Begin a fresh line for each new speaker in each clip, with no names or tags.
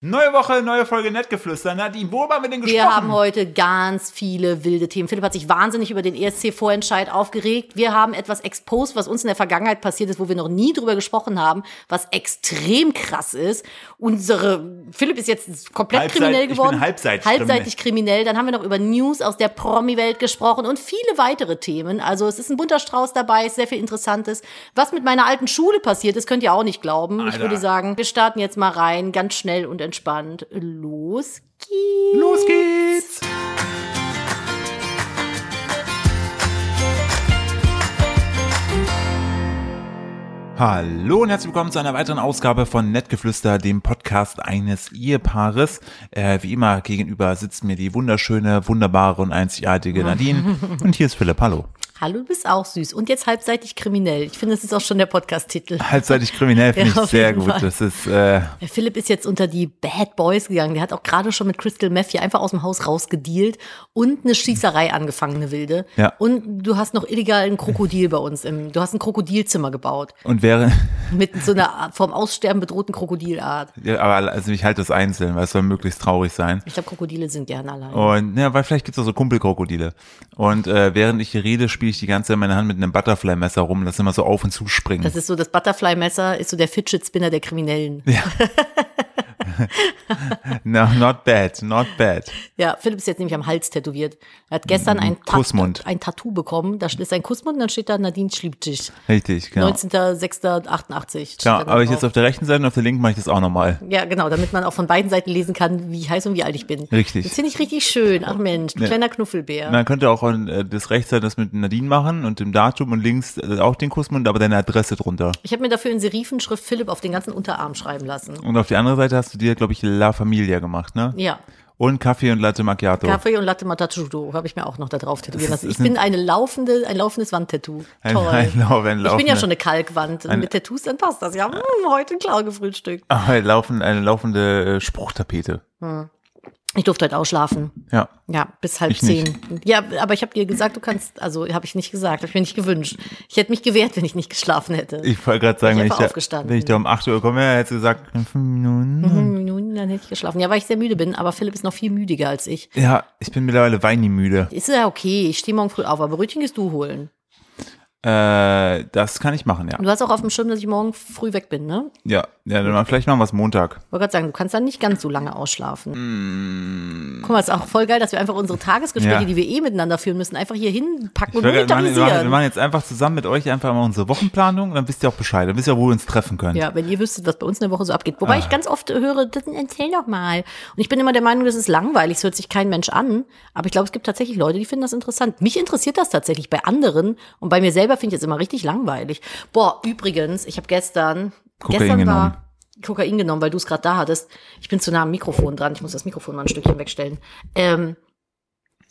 Neue Woche, neue Folge Nettgeflüster. Nadine, worüber haben wir denn gesprochen?
Wir haben heute ganz viele wilde Themen. Philipp hat sich wahnsinnig über den ESC-Vorentscheid aufgeregt. Wir haben etwas exposed, was uns in der Vergangenheit passiert ist, wo wir noch nie drüber gesprochen haben, was extrem krass ist. Unsere, Philipp ist jetzt komplett
Halbseit-
kriminell
ich bin
geworden.
halbseitig
halbseitig kriminell. Dann haben wir noch über News aus der Promi-Welt gesprochen und viele weitere Themen. Also es ist ein bunter Strauß dabei, ist sehr viel Interessantes. Was mit meiner alten Schule passiert ist, könnt ihr auch nicht glauben. Ich
Alter.
würde sagen, wir starten jetzt mal rein, ganz schnell und entspannt. Los geht's.
Los geht's! Hallo und herzlich willkommen zu einer weiteren Ausgabe von Nettgeflüster, dem Podcast eines Ehepaares. Äh, wie immer gegenüber sitzt mir die wunderschöne, wunderbare und einzigartige Nadine. Und hier ist Philipp, hallo.
Hallo, du bist auch süß. Und jetzt halbseitig kriminell. Ich finde, das ist auch schon der
Ah.
Podcast-Titel.
Halbseitig kriminell finde
Ja,
ich
auf
sehr
jeden
gut.
Fall.
Das ist, äh,
Der Philipp ist jetzt unter die Bad Boys gegangen. Der hat auch gerade schon mit Crystal Meth hier einfach aus dem Haus rausgedealt und eine Schießerei angefangen, eine wilde.
Ja.
Und du hast noch illegal ein Krokodil bei uns. Im, du hast ein Krokodilzimmer gebaut.
und wäre,
Mit so einer Art- vom Aussterben bedrohten Krokodilart.
ja, aber also ich halte das einzeln, weil es soll möglichst traurig sein.
Ich glaube, Krokodile sind gerne allein.
Und ja, weil vielleicht gibt's auch so Kumpelkrokodile. Und äh, während ich hier rede, spiele ich die ganze Zeit meine Hand mit einem Butterfly-Messer rum, das immer so auf und zuspringen.
Das ist so, das Butterfly-Messer ist so der Fidget-Spinner der Kriminellen.
no, not bad, not bad.
Ja, Philipp ist jetzt nämlich am Hals tätowiert. Er hat gestern ein, Tat-
Kussmund.
ein Tattoo bekommen. Da ist ein Kussmund und dann steht da Nadine Schliebtisch.
Richtig, genau.
19.06.88.
Ja,
steht da
aber ich
drauf.
jetzt auf der rechten Seite und auf der linken mache ich das auch nochmal.
Ja, genau, damit man auch von beiden Seiten lesen kann, wie heiß und wie alt ich bin.
Richtig.
Das finde ich richtig schön. Ach Mensch, du
Ja.
kleiner Knuffelbär.
Man könnte auch äh, das Rechtsseite das mit Nadine machen und dem Datum und links äh, auch den Kussmund, aber deine Adresse drunter.
Ich habe mir dafür in Serifenschrift Philipp auf den ganzen Unterarm schreiben lassen.
Und auf die andere Seite hast du dir, glaube ich, La Familia gemacht, ne?
Ja.
Und Kaffee und Latte Macchiato.
Kaffee und Latte Matatudo habe ich mir auch noch da drauf tätowieren lassen.
ist
Ich bin eine laufende, ein laufendes Wandtattoo.
Ein-
Toll.
ein Lau- ein
ich bin ja
laufende-
schon eine Kalkwand. Mit Tattoos, dann passt das. Ja, hm, heute klar gefrühstückt.
Aber laufen, eine laufende äh, Spruchtapete.
Ich durfte heute ausschlafen.
Ja.
Ja, bis halb
Ich
zehn.
nicht.
Ja, aber ich habe dir gesagt, du kannst, also habe ich nicht gesagt, habe ich mir nicht gewünscht. Ich hätte mich gewehrt, wenn ich nicht geschlafen hätte.
Ich wollte gerade sagen,
Ich
wenn,
bin
ich da,
aufgestanden.
wenn ich da um 8 Uhr gekommen wäre, hättest du gesagt, in fünf Minuten.
Hm, Minuten, dann hätte ich geschlafen. Ja, weil ich sehr müde bin, aber Philipp ist noch viel müdiger als ich.
Ja, ich bin mittlerweile weinimüde.
Ist ja okay, ich stehe morgen früh auf, aber Brötchen gehst du holen.
Äh, das kann ich machen, ja.
Und du hast auch auf dem Schirm, dass ich morgen früh weg bin, ne?
Ja, ja dann mal, vielleicht machen wir es Montag.
Ich wollte gerade sagen, du kannst dann nicht ganz so lange ausschlafen. Guck mal, ist auch voll geil, dass wir einfach unsere Tagesgespräche,
Hm. Ja.
die wir eh miteinander führen müssen, einfach hier hinpacken
Ich
und
will, wir, machen, wir, machen, wir
monetarisieren.
machen jetzt einfach zusammen mit euch einfach mal unsere Wochenplanung und dann wisst ihr auch Bescheid. Dann wisst ihr, wo wir uns treffen können.
Ja, wenn ihr wüsstet, was bei uns in der Woche so abgeht. Wobei ich ganz oft höre, das erzähl doch mal. Und ich bin immer der Meinung, das ist langweilig, es hört sich kein Mensch an. Aber ich glaube, es gibt tatsächlich Leute, die finden das interessant. Mich interessiert das tatsächlich bei anderen und bei mir selber finde ich es immer richtig langweilig. Boah, übrigens, ich habe gestern,
Kokain
gestern
genommen.
war Kokain genommen, weil du es gerade da hattest. Ich bin zu nah am Mikrofon dran, ich muss das Mikrofon mal ein Stückchen wegstellen. Ähm,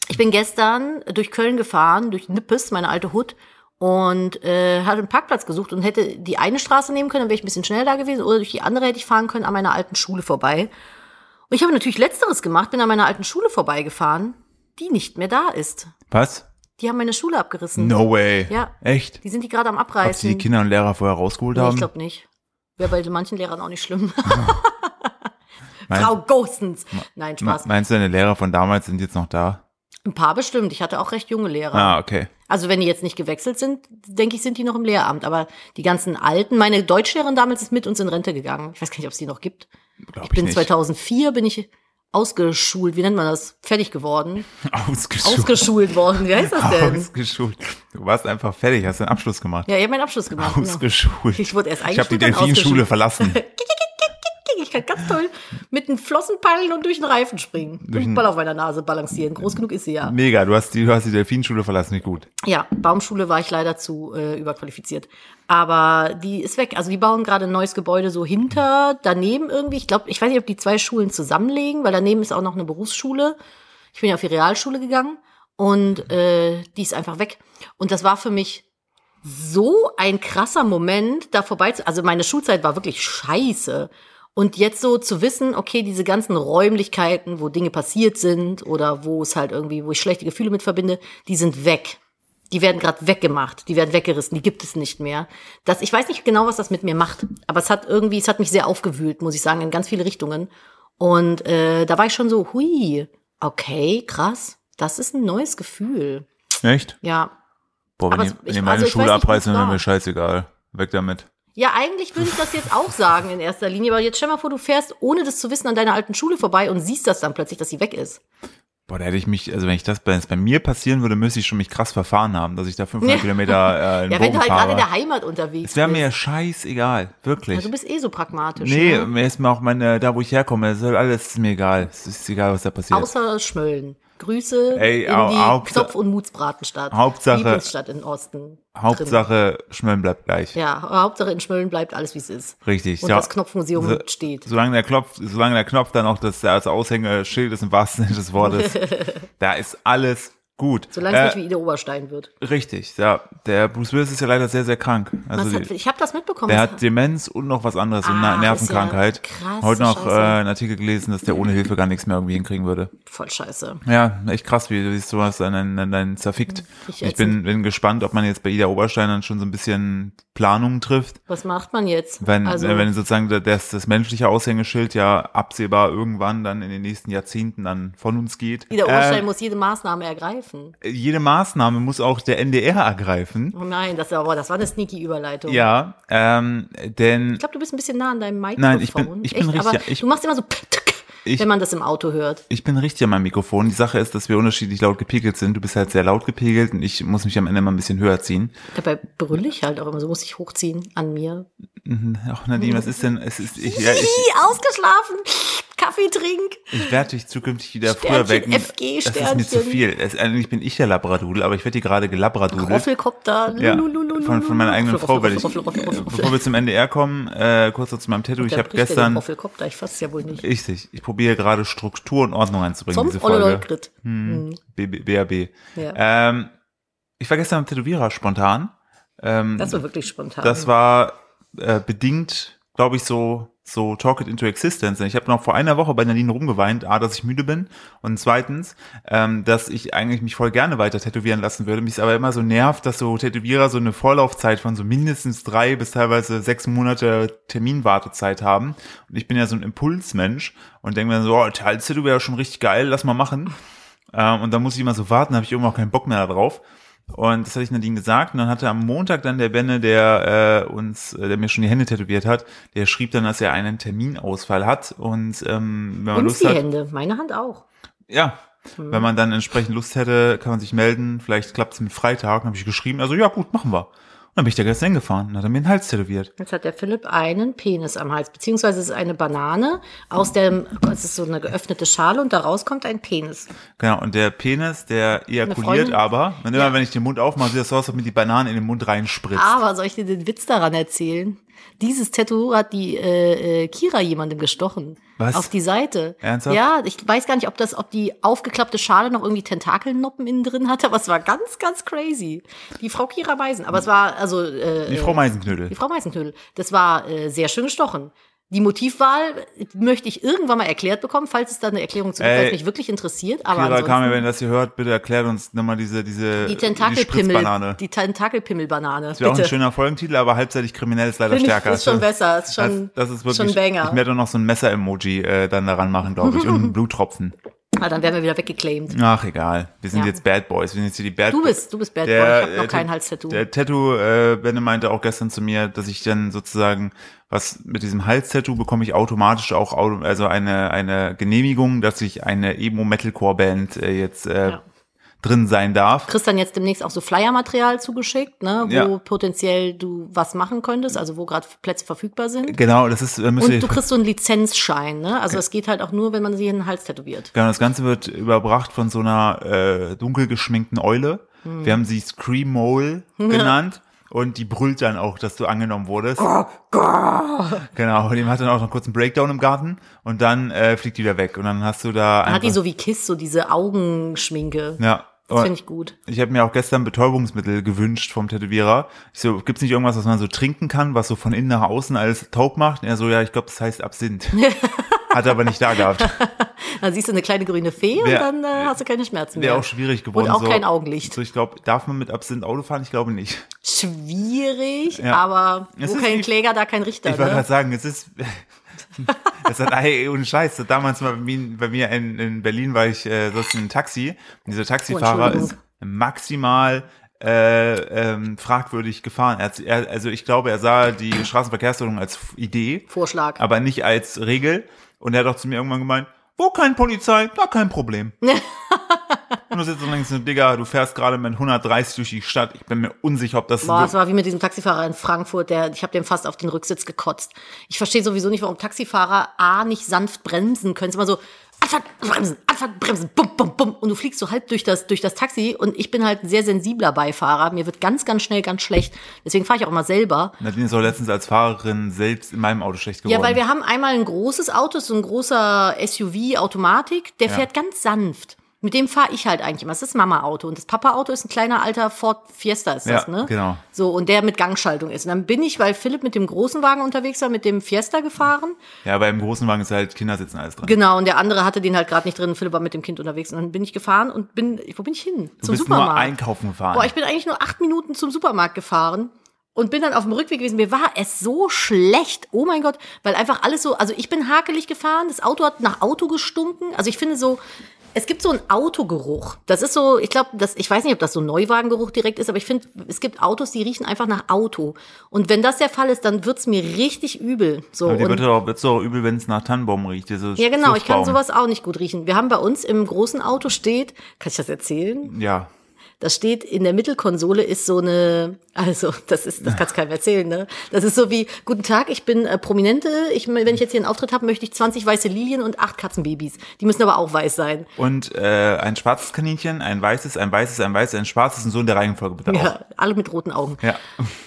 ich bin gestern durch Köln gefahren, durch Nippes, meine alte Hut, und äh, hatte einen Parkplatz gesucht und hätte die eine Straße nehmen können, dann wäre ich ein bisschen schneller da gewesen, oder durch die andere hätte ich fahren können an meiner alten Schule vorbei. Und ich habe natürlich Letzteres gemacht, bin an meiner alten Schule vorbeigefahren, die nicht mehr da ist.
Was?
Die haben meine Schule abgerissen.
No way.
Mhm. Ja.
Echt?
Die sind die gerade am
Ob sie die
Abreißen.
Kinder und Lehrer vorher rausgeholt
nee, ich
haben?
glaube nicht. Wäre bei manchen Lehrern auch nicht schlimm.
Mein-
Frau Gosens. Nein,
Me-
Spaß.
Meinst du, deine Lehrer von damals sind jetzt noch da?
Ein paar bestimmt. Ich hatte auch recht junge Lehrer.
Ah, okay.
Also wenn die jetzt nicht gewechselt sind, denke ich, sind die noch im Lehramt. Aber die ganzen Alten, meine Deutschlehrerin damals ist mit uns in Rente gegangen. Ich weiß gar nicht, ob es die noch gibt.
Glaub
Ich bin
nicht.
2004, bin ich ausgeschult, wie nennt man das, fertig geworden.
Ausgeschult.
Ausgeschult worden, wie heißt das denn?
Ausgeschult. Du warst einfach fertig, hast den Abschluss gemacht.
Ja, ich habe meinen Abschluss gemacht. Genau.
Ausgeschult.
Ich wurde erst
Ich habe die
eingeschult, dann
Delfinschule
ausgeschult.
verlassen.
Ich kann ganz toll mit den Flossenpaddeln und durch den Reifen springen. Durch den Ball auf meiner Nase balancieren. Groß genug ist sie ja.
Mega, du hast die, du hast die Delfinschule verlassen, nicht gut.
Ja, Baumschule war ich leider zu äh, überqualifiziert. Aber die ist weg. Also die bauen gerade ein neues Gebäude so hinter, daneben irgendwie. Ich glaube, ich weiß nicht, ob die zwei Schulen zusammenlegen, weil daneben ist auch noch eine Berufsschule. Ich bin ja auf die Realschule gegangen und äh, die ist einfach weg. Und das war für mich so ein krasser Moment, da vorbei zu. Also meine Schulzeit war wirklich scheiße. Und jetzt so zu wissen, okay, diese ganzen Räumlichkeiten, wo Dinge passiert sind oder wo es halt irgendwie, wo ich schlechte Gefühle mit verbinde, die sind weg. Die werden gerade weggemacht, die werden weggerissen, die gibt es nicht mehr. Das, ich weiß nicht genau, was das mit mir macht, aber es hat irgendwie, es hat mich sehr aufgewühlt, muss ich sagen, in ganz viele Richtungen. Und äh, da war ich schon so, hui, okay, krass, das ist ein neues Gefühl.
Echt?
Ja.
Boah, wenn
Aber
die,
es-
wenn
ich-
die meine
also ich
Schule
weiß nicht,
abreißen,
was
dann
war.
wäre mir scheißegal. Weg damit.
Ja, eigentlich würde ich das jetzt auch sagen in erster Linie, aber jetzt stell mal vor, du fährst ohne das zu wissen an deiner alten Schule vorbei und siehst das dann plötzlich, dass sie weg ist.
Boah, da hätte ich mich, also wenn ich das wenn es bei mir passieren würde, müsste ich schon mich krass verfahren haben, dass ich da 500 Kilometer äh, einen
Ja, wenn
Bogen
du halt gerade
fahre.
in der Heimat unterwegs
es wäre mir
bist.
scheißegal, wirklich.
Ja, du bist eh so pragmatisch.
Nee, ähm,
ne?
mir ist mir auch meine, da wo ich herkomme, es ist halt alles ist mir egal. Es ist egal, was da passiert.
Außer Schmölln. Grüße
Ey,
in
au-
die
Hauptsa-
Knopf- und Mutsbratenstadt.
Hauptsache-
Lieblingsstadt in Osten.
Hauptsache, Schmölln bleibt gleich.
Drin. Ja, aber Hauptsache in Schmölln bleibt alles, wie es ist.
Richtig.
Und
ja.
das Knopfmuseum
So-
steht.
Solange der Knopf, solange der Knopf dann auch das, das Aushängeschild ist im wahrsten Sinne des Wortes, da ist alles gut.
Solange es
äh,
nicht wie Ide Oberstein wird.
Richtig, ja. Der Bruce Willis ist ja leider sehr, sehr krank.
Was
Also
hat,
die,
ich habe das mitbekommen.
der
Was-
hat Demenz und noch was anderes,
Ah,
eine
ist ja
Nervenkrankheit.
krasse
Heute noch äh,
Scheiße.
einen Artikel gelesen, dass der ohne Hilfe gar nichts mehr irgendwie hinkriegen würde.
voll scheiße.
Ja, echt krass, wie du siehst, sowas an deinen, an deinen zerfickt.
Ich
Ich, bin, bin gespannt, ob man jetzt bei Ida Oberstein dann schon so ein bisschen Planungen trifft.
Was macht man jetzt?
Wenn, äh,
also,
wenn sozusagen das, das menschliche Aushängeschild ja absehbar irgendwann dann in den nächsten Jahrzehnten dann von uns geht.
Ida Oberstein
Äh,
muss jede Maßnahme ergreifen.
jede Maßnahme muss auch der NDR ergreifen.
Oh nein, das, aber das war eine sneaky Überleitung.
Ja, ähm, denn
Oh. Ich glaube, du bist ein bisschen nah an deinem Mikrofon.
Nein, ich bin- ich bin
Echt,
richtig-
aber
ich-
du machst immer so, pck, tck,
Ich-
wenn man das im Auto hört.
ich bin richtig an meinem Mikrofon. Die Sache ist, dass wir unterschiedlich laut gepegelt sind. Du bist halt sehr laut gepegelt und ich muss mich am Ende mal ein bisschen höher ziehen.
Dabei brülle ich halt auch immer so, muss ich hochziehen an mir.
Ach Nadine, was ist denn? Es ist, ich, ja, ich,
Ih, ausgeschlafen, Kaffee trink.
Ich werde dich zukünftig wieder früher
Sternchen,
wecken.
FG,
Das ist mir zu
Sternchen.
viel. Es, eigentlich bin ich der Labradudel, aber ich werde hier gerade gelabradudelt.
Roffelkopter.
Ja, von, von meiner eigenen Frau werde ich.
Roffel, Roffel, Roffel, Roffel,
Bevor wir zum NDR kommen, äh, kurz noch zu meinem Tattoo. Ich habe gestern,
Roffelkopter, ich fass ja wohl nicht.
ich, ich, ich probiere gerade Struktur und Ordnung reinzubringen,
Sonst
diese
Olle
Folge.
Leugrit.
Hm, BB BAB.
Ja.
Ähm, ich war gestern am Tätowierer spontan. Ähm,
Das war wirklich spontan.
das war äh, bedingt, glaube ich, so so Talk It Into Existence. Ich habe noch vor einer Woche bei Nadine rumgeweint, a, dass ich müde bin und zweitens, ähm, dass ich eigentlich mich voll gerne weiter tätowieren lassen würde. Mich ist aber immer so nervt, dass so Tätowierer so eine Vorlaufzeit von so mindestens drei bis teilweise sechs Monate Terminwartezeit haben. Und ich bin ja so ein Impulsmensch und denke mir so, oh, Teil-Tattoo wäre schon richtig geil, lass mal machen. Ähm, und dann muss ich immer so warten, habe ich irgendwann auch keinen Bock mehr darauf. Und das hatte ich Nadine gesagt. Und dann hatte am Montag dann der Benne, der äh, uns, äh, der mir schon die Hände tätowiert hat, der schrieb dann, dass er einen Terminausfall hat. Und ähm, wenn man
Uns
Lust
die
hat,
Hände, meine Hand auch.
ja,
Hm.
wenn man dann entsprechend Lust hätte, kann man sich melden. Vielleicht klappt es mit Freitag. Dann habe ich geschrieben, also ja gut, machen wir. Und dann bin ich da gestern hingefahren und hat er mir den Hals tätowiert.
Jetzt hat der Philipp einen Penis am Hals, beziehungsweise es ist eine Banane, aus dem, es ist so eine geöffnete Schale und daraus kommt ein Penis.
Genau, und der Penis, der ejakuliert
Freundin-
aber, wenn immer, wenn ich den Mund aufmache, sieht das so aus, als ob mir die Bananen in den Mund reinspritzt.
Aber soll ich dir den Witz daran erzählen? Dieses Tattoo hat die äh, äh, Kira jemandem gestochen.
Was?
Auf die Seite.
Ernsthaft?
Ja, ich weiß gar nicht, ob das, ob die aufgeklappte Schale noch irgendwie Tentakelnoppen innen drin hatte, aber es war ganz, ganz crazy. Die Frau Kira Meisen. Aber es war, also äh,
Die Frau Meisenknödel.
Die Frau Meißenknödel. Das war äh, sehr schön gestochen. Die Motivwahl möchte ich irgendwann mal erklärt bekommen, falls es da eine Erklärung zu gibt,
Ey,
weil es mich wirklich interessiert. Aber
Kira Kame, wenn
ansonsten
ihr das hier hört, bitte erklärt uns nochmal diese, diese
die
Spritzbanane.
Tentakelpimmel, die Tentakelpimmelbanane.
das wäre auch ein
Bitte.
schöner Folgentitel, aber halbseitig kriminell ist leider
Finde ich-
stärker.
Ist schon besser, ist schon,
das, das ist
schon
wirklich,
Banger.
Ich werde noch so ein Messer-Emoji äh, dann daran machen, glaube ich, und einen Bluttropfen.
Ah, dann werden wir wieder weggeclaimed.
Ach, egal. Wir sind
Ja.
jetzt Bad Boys. Wir sind jetzt hier die Bad
Du bist, du bist Bad Boy, ich habe noch
äh,
kein
Tat-
Halstattoo.
Der Tattoo, äh, Benne meinte auch gestern zu mir, dass ich dann sozusagen was mit diesem Hals-Tattoo bekomme ich automatisch auch auto- also eine eine Genehmigung, dass ich eine Emo Metalcore Band äh, jetzt äh,
Ja.
drin sein darf.
Kriegst dann jetzt demnächst auch so Flyer-Material zugeschickt, ne, wo
Ja.
potenziell du was machen könntest, also wo gerade Plätze verfügbar sind.
Genau, das ist äh, müsst ihr
Und du kriegst so einen Lizenzschein, ne? Also es geht halt auch nur, wenn man sie in den Hals tätowiert.
Genau, das Ganze wird überbracht von so einer äh, dunkel geschminkten Eule.
Hm.
Wir haben sie Scream Mole genannt. Und die brüllt dann auch, dass du angenommen wurdest. Genau, und dem hat dann auch noch kurz einen Breakdown im Garten und dann äh, fliegt die wieder weg. Und dann hast du da
Dann
einfach,
hat die so wie Kiss, so diese Augenschminke.
ja,
Das finde ich gut.
ich habe mir auch gestern Betäubungsmittel gewünscht vom Tätowierer. Ich so, gibt's nicht irgendwas, was man so trinken kann, was so von innen nach außen alles taub macht? Und er so, ja, ich glaube, das heißt Absinth. Hat er aber nicht da gehabt.
Dann siehst du eine kleine grüne Fee
Wär-
und dann äh, hast du keine Schmerzen mehr.
Wäre auch schwierig geworden.
Und auch
so.
kein Augenlicht.
So, ich glaube, darf man mit Absinth Auto fahren? Ich glaube nicht.
Schwierig,
Ja.
aber
Es
wo
ist
kein
wie-
Kläger, da kein Richter.
Ich wollte
Ne?
gerade sagen, es ist Das hat, ey, ohne Scheiß, das damals mal bei mir, bei mir in, in Berlin war ich äh, sonst in einem Taxi. Und dieser Taxifahrer
Oh, Entschuldigung.
ist maximal äh, ähm, fragwürdig gefahren. Er, hat- er, also ich glaube, er sah die Straßenverkehrsordnung als F- Idee,
Vorschlag.
aber nicht als Regel. Und er hat auch zu mir irgendwann gemeint, wo kein Polizei, da kein Problem. Und du sitzt und denkst, so, Digga, du fährst gerade mit 130 durch die Stadt. Ich bin mir unsicher, ob das
Boah,
wirklich-
es war wie mit diesem Taxifahrer in Frankfurt, der, ich habe dem fast auf den Rücksitz gekotzt. Ich verstehe sowieso nicht, warum Taxifahrer A nicht sanft bremsen können. Es ist immer so, Anfahrt, bremsen, Anfahrt, bremsen, bum, bum, bum. Und du fliegst so halb durch das, durch das Taxi und ich bin halt ein sehr sensibler Beifahrer. Mir wird ganz, ganz schnell ganz schlecht. Deswegen fahre ich auch immer selber.
Nadine ist auch letztens als Fahrerin selbst in meinem Auto schlecht geworden.
Ja, weil wir haben einmal ein großes Auto, so ein großer SUV-Automatik, der
Ja.
fährt ganz sanft. Mit dem fahre ich halt eigentlich immer. Das ist das Mama-Auto. Und das Papa-Auto ist ein kleiner alter Ford Fiesta, ist das,
Ja,
ne?
genau.
So, und der mit Gangschaltung ist. Und dann bin ich, weil Philipp mit dem großen Wagen unterwegs war, mit dem Fiesta gefahren.
ja, weil im großen Wagen ist halt Kindersitz und alles dran.
Genau, und der andere hatte den halt gerade nicht drin. Philipp war mit dem Kind unterwegs. Und dann bin ich gefahren und bin, wo bin ich hin?
Du
Zum
bist
Supermarkt.
nur einkaufen gefahren.
Boah, ich bin eigentlich nur acht Minuten zum Supermarkt gefahren und bin dann auf dem Rückweg gewesen. Mir war es so schlecht. Oh mein Gott, weil einfach alles so, also ich bin hakelig gefahren, das Auto hat nach Auto gestunken. Also ich finde so, es gibt so einen Autogeruch. Das ist so, ich glaube, das, ich weiß nicht, ob das so ein Neuwagengeruch direkt ist, aber ich finde, es gibt Autos, die riechen einfach nach Auto. Und wenn das der Fall ist, dann wird's mir richtig übel. So.
aber dir
und-
wird halt doch, wird's doch übel, wenn es nach Tannenbaum riecht. dieses
ja, genau, ich kann
Fruchtbaum.
sowas auch nicht gut riechen. Wir haben bei uns im großen Auto steht, kann ich das erzählen?
Ja.
Da steht, in der Mittelkonsole ist so eine, also das ist, das kannst keinem erzählen, ne? Das ist so wie, guten Tag, ich bin äh, Prominente, ich, wenn ich jetzt hier einen Auftritt habe, möchte ich 20 weiße Lilien und acht Katzenbabys. Die müssen aber auch weiß sein.
Und äh, ein schwarzes Kaninchen, ein weißes, ein weißes, ein weißes, ein schwarzes und so in der Reihenfolge bitte auch.
Ja, alle mit roten Augen.
Oh. Ja.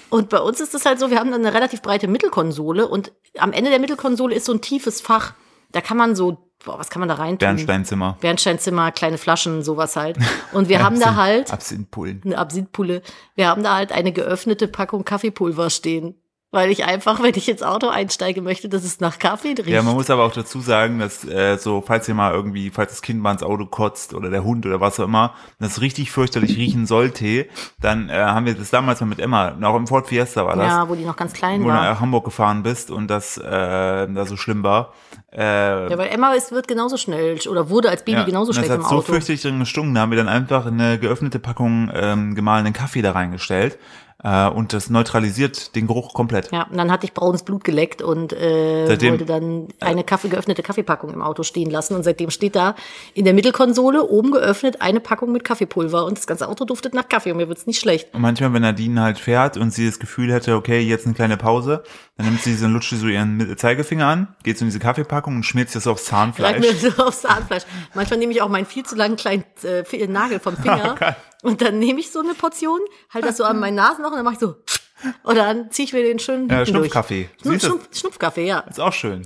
Und bei uns ist es halt so, wir haben dann eine relativ breite Mittelkonsole und am Ende der Mittelkonsole ist so ein tiefes Fach. Da kann man so, boah, was kann man da rein tun?
Bernsteinzimmer.
Bernsteinzimmer, kleine Flaschen, sowas halt. Und wir haben da halt
Absinthpullen.
eine Absinthpulle. Wir haben da halt eine geöffnete Packung Kaffeepulver stehen. Weil ich einfach, wenn ich ins Auto einsteige, möchte, dass es nach Kaffee riecht.
Ja, man muss aber auch dazu sagen, dass äh, so, falls ihr mal irgendwie, falls das Kind mal ins Auto kotzt oder der Hund oder was auch immer, das richtig fürchterlich riechen sollte, dann äh, haben wir das damals mal mit Emma, auch im Ford Fiesta war das,
ja, wo die noch ganz klein
wo du
war.
nach Hamburg gefahren bist und das äh, da so schlimm war. Äh,
Ja, weil Emma ist, wird genauso schnell sch- oder wurde als Baby
ja.
genauso
Und das
schnell
hat
im
so
Auto.
fürchterlich drin gestunken, da haben wir dann einfach eine geöffnete Packung ähm, gemahlenen Kaffee da reingestellt äh, und das neutralisiert den Geruch komplett.
Ja, und dann hatte ich braunes Blut geleckt und äh,
Seitdem-
wollte dann eine Kaffee, geöffnete Kaffeepackung im Auto stehen lassen. Und seitdem steht da in der Mittelkonsole, oben geöffnet, eine Packung mit Kaffeepulver. Und das ganze Auto duftet nach Kaffee und mir wird's nicht schlecht.
Und manchmal, wenn Nadine halt fährt und sie das Gefühl hätte, okay, jetzt eine kleine Pause, dann nimmt sie so einen Lutsche so ihren Mit- Zeigefinger an, geht so in diese Kaffeepackung und schmiert sich das aufs
Sag mir
Zahnfleisch.
so aufs Zahnfleisch. Manchmal nehme ich auch meinen viel zu langen kleinen äh, Fi- Nagel vom Finger
Geil.
und dann nehme ich so eine Portion, halte das so an meinen Nasenloch und dann mache ich so und dann ziehe ich mir den schönen
Äh,
hinten durch.
Schnupfkaffee.
Schnu-
Siehst du?
Schnupf, Schnupfkaffee, ja.
Ist auch schön.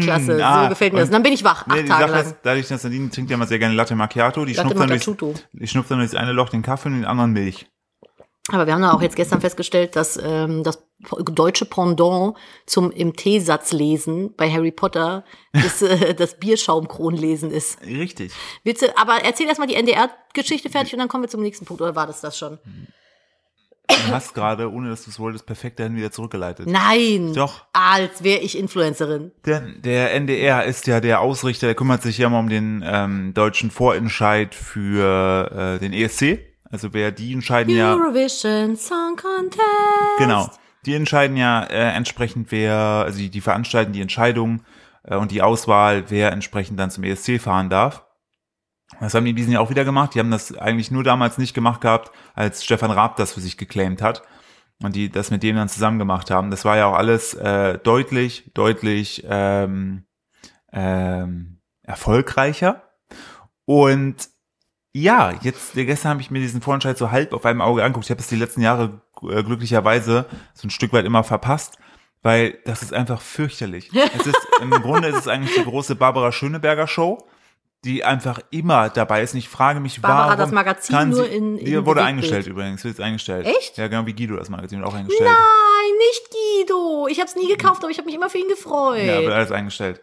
Klasse,
ah,
so gefällt mir das.
und-
Und dann bin ich wach, acht
Nee, die
Tage
Sache
lang.
ist, dadurch, dass Nadine trinkt ja immer sehr gerne Latte Macchiato, die
Latte
schnupft dann,
Macchiato.
durchs, die schnupft dann durchs eine Loch den Kaffee und den anderen Milch.
Aber wir haben da auch jetzt gestern festgestellt, dass ähm, das po- deutsche Pendant zum im Teesatz lesen bei Harry Potter ist, äh, das Bierschaumkronlesen ist.
Richtig.
Willst du, aber erzähl erstmal die NDR-Geschichte fertig und dann kommen wir zum nächsten Punkt. Oder war das das schon?
Du hast gerade, ohne dass du es wolltest, perfekt dahin wieder zurückgeleitet.
Nein.
Doch.
Als wäre ich Influencerin.
Der, der NDR ist ja der Ausrichter, der kümmert sich ja mal um den ähm, deutschen Vorentscheid für äh, den ESC. Also wer die entscheiden ja.
Eurovision Song Contest.
Genau. Die entscheiden ja äh, entsprechend, wer, also die, die veranstalten die Entscheidung äh, und die Auswahl, wer entsprechend dann zum ESC fahren darf. Das haben die in diesem Jahr auch wieder gemacht. Die haben das eigentlich nur damals nicht gemacht gehabt, als Stefan Raab das für sich geclaimt hat. Und die das mit dem dann zusammen gemacht haben. Das war ja auch alles äh, deutlich, deutlich ähm, ähm, erfolgreicher. Und ja, jetzt äh, gestern habe ich mir diesen Vorentscheid so halb auf einem Auge angeguckt. Ich habe es die letzten Jahre äh, glücklicherweise so ein Stück weit immer verpasst, weil das ist einfach fürchterlich. Es ist im Grunde ist es eigentlich die große Barbara Schöneberger Show, die einfach immer dabei ist. Und ich frage mich,
Barbara,
warum
das Magazin
kann
nur
sie,
in-
die
in
wurde
Bewegtbild.
eingestellt übrigens, wird jetzt eingestellt.
Echt?
Ja, genau wie Guido das Magazin wird auch eingestellt.
Nein, nicht Guido. Ich habe es nie gekauft, aber ich habe mich immer für ihn gefreut.
Ja, wird alles eingestellt.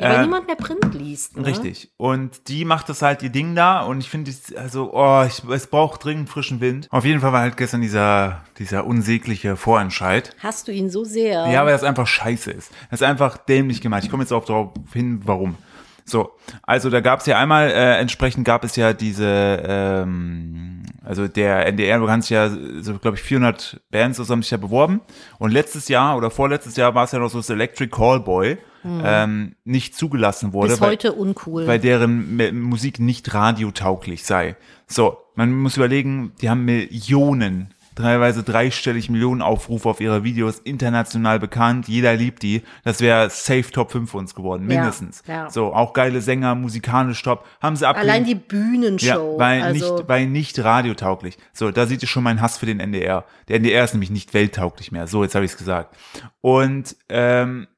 Ja, weil niemand mehr Print liest. Ne?
äh, Richtig. Und die macht das halt ihr Ding da und ich finde, es- also, oh, ich, es braucht dringend frischen Wind. Auf jeden Fall war halt gestern dieser, dieser unsägliche Vorentscheid.
Hast du ihn so sehr?
Ja, weil das einfach scheiße ist. Das ist einfach dämlich gemacht. Ich komme jetzt auch darauf hin, warum. So, also da gab es ja einmal, äh, entsprechend gab es ja diese, ähm, also der NDR, du kannst ja, so glaube ich, 400 Bands oder so haben sich ja beworben. Und letztes Jahr oder vorletztes Jahr war es ja noch so, dass Electric Callboy ähm, nicht zugelassen wurde.
Hm. Bis
weil-
heute uncool.
bei deren M- Musik nicht radiotauglich sei. So, man muss überlegen, die haben Millionen, teilweise dreistellig Millionen Aufrufe auf ihre Videos, international bekannt, jeder liebt die. Das wäre safe Top 5 für uns geworden,
Ja,
mindestens.
ja.
So, auch geile Sänger, musikalisch top, haben sie abgelehnt.
Allein die Bühnenshow.
Ja, weil,
also,
nicht, weil nicht radiotauglich. So, da seht ihr schon meinen Hass für den NDR. Der NDR ist nämlich nicht welttauglich mehr. So, jetzt habe ich es gesagt. Und ähm,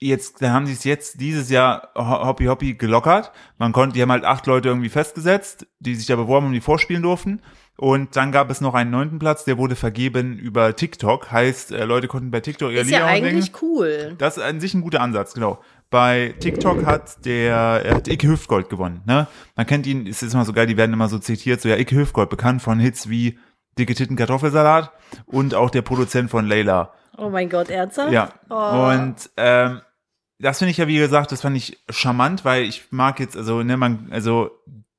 jetzt, dann haben sie es jetzt dieses Jahr ho- Hoppy Hoppy gelockert. Man konnte, die haben halt acht Leute irgendwie festgesetzt, die sich da beworben haben, die vorspielen durften. Und dann gab es noch einen neunten Platz, der wurde vergeben über TikTok. Heißt, äh, Leute konnten bei TikTok ihre
ist
Lieder
ja
einsingen.
eigentlich cool.
Das ist an sich ein guter Ansatz, genau. Bei TikTok hat der äh, hat Icke Hüftgold gewonnen. Ne? Man kennt ihn, es ist immer so geil, die werden immer so zitiert, so ja, Icke Hüftgold, bekannt von Hits wie Dicke Titten Kartoffelsalat und auch der Produzent von Layla.
Oh mein Gott, ernsthaft?
Ja.
Oh.
Und ähm, das finde ich ja, wie gesagt, das fand ich charmant, weil ich mag jetzt, also, ne, man, also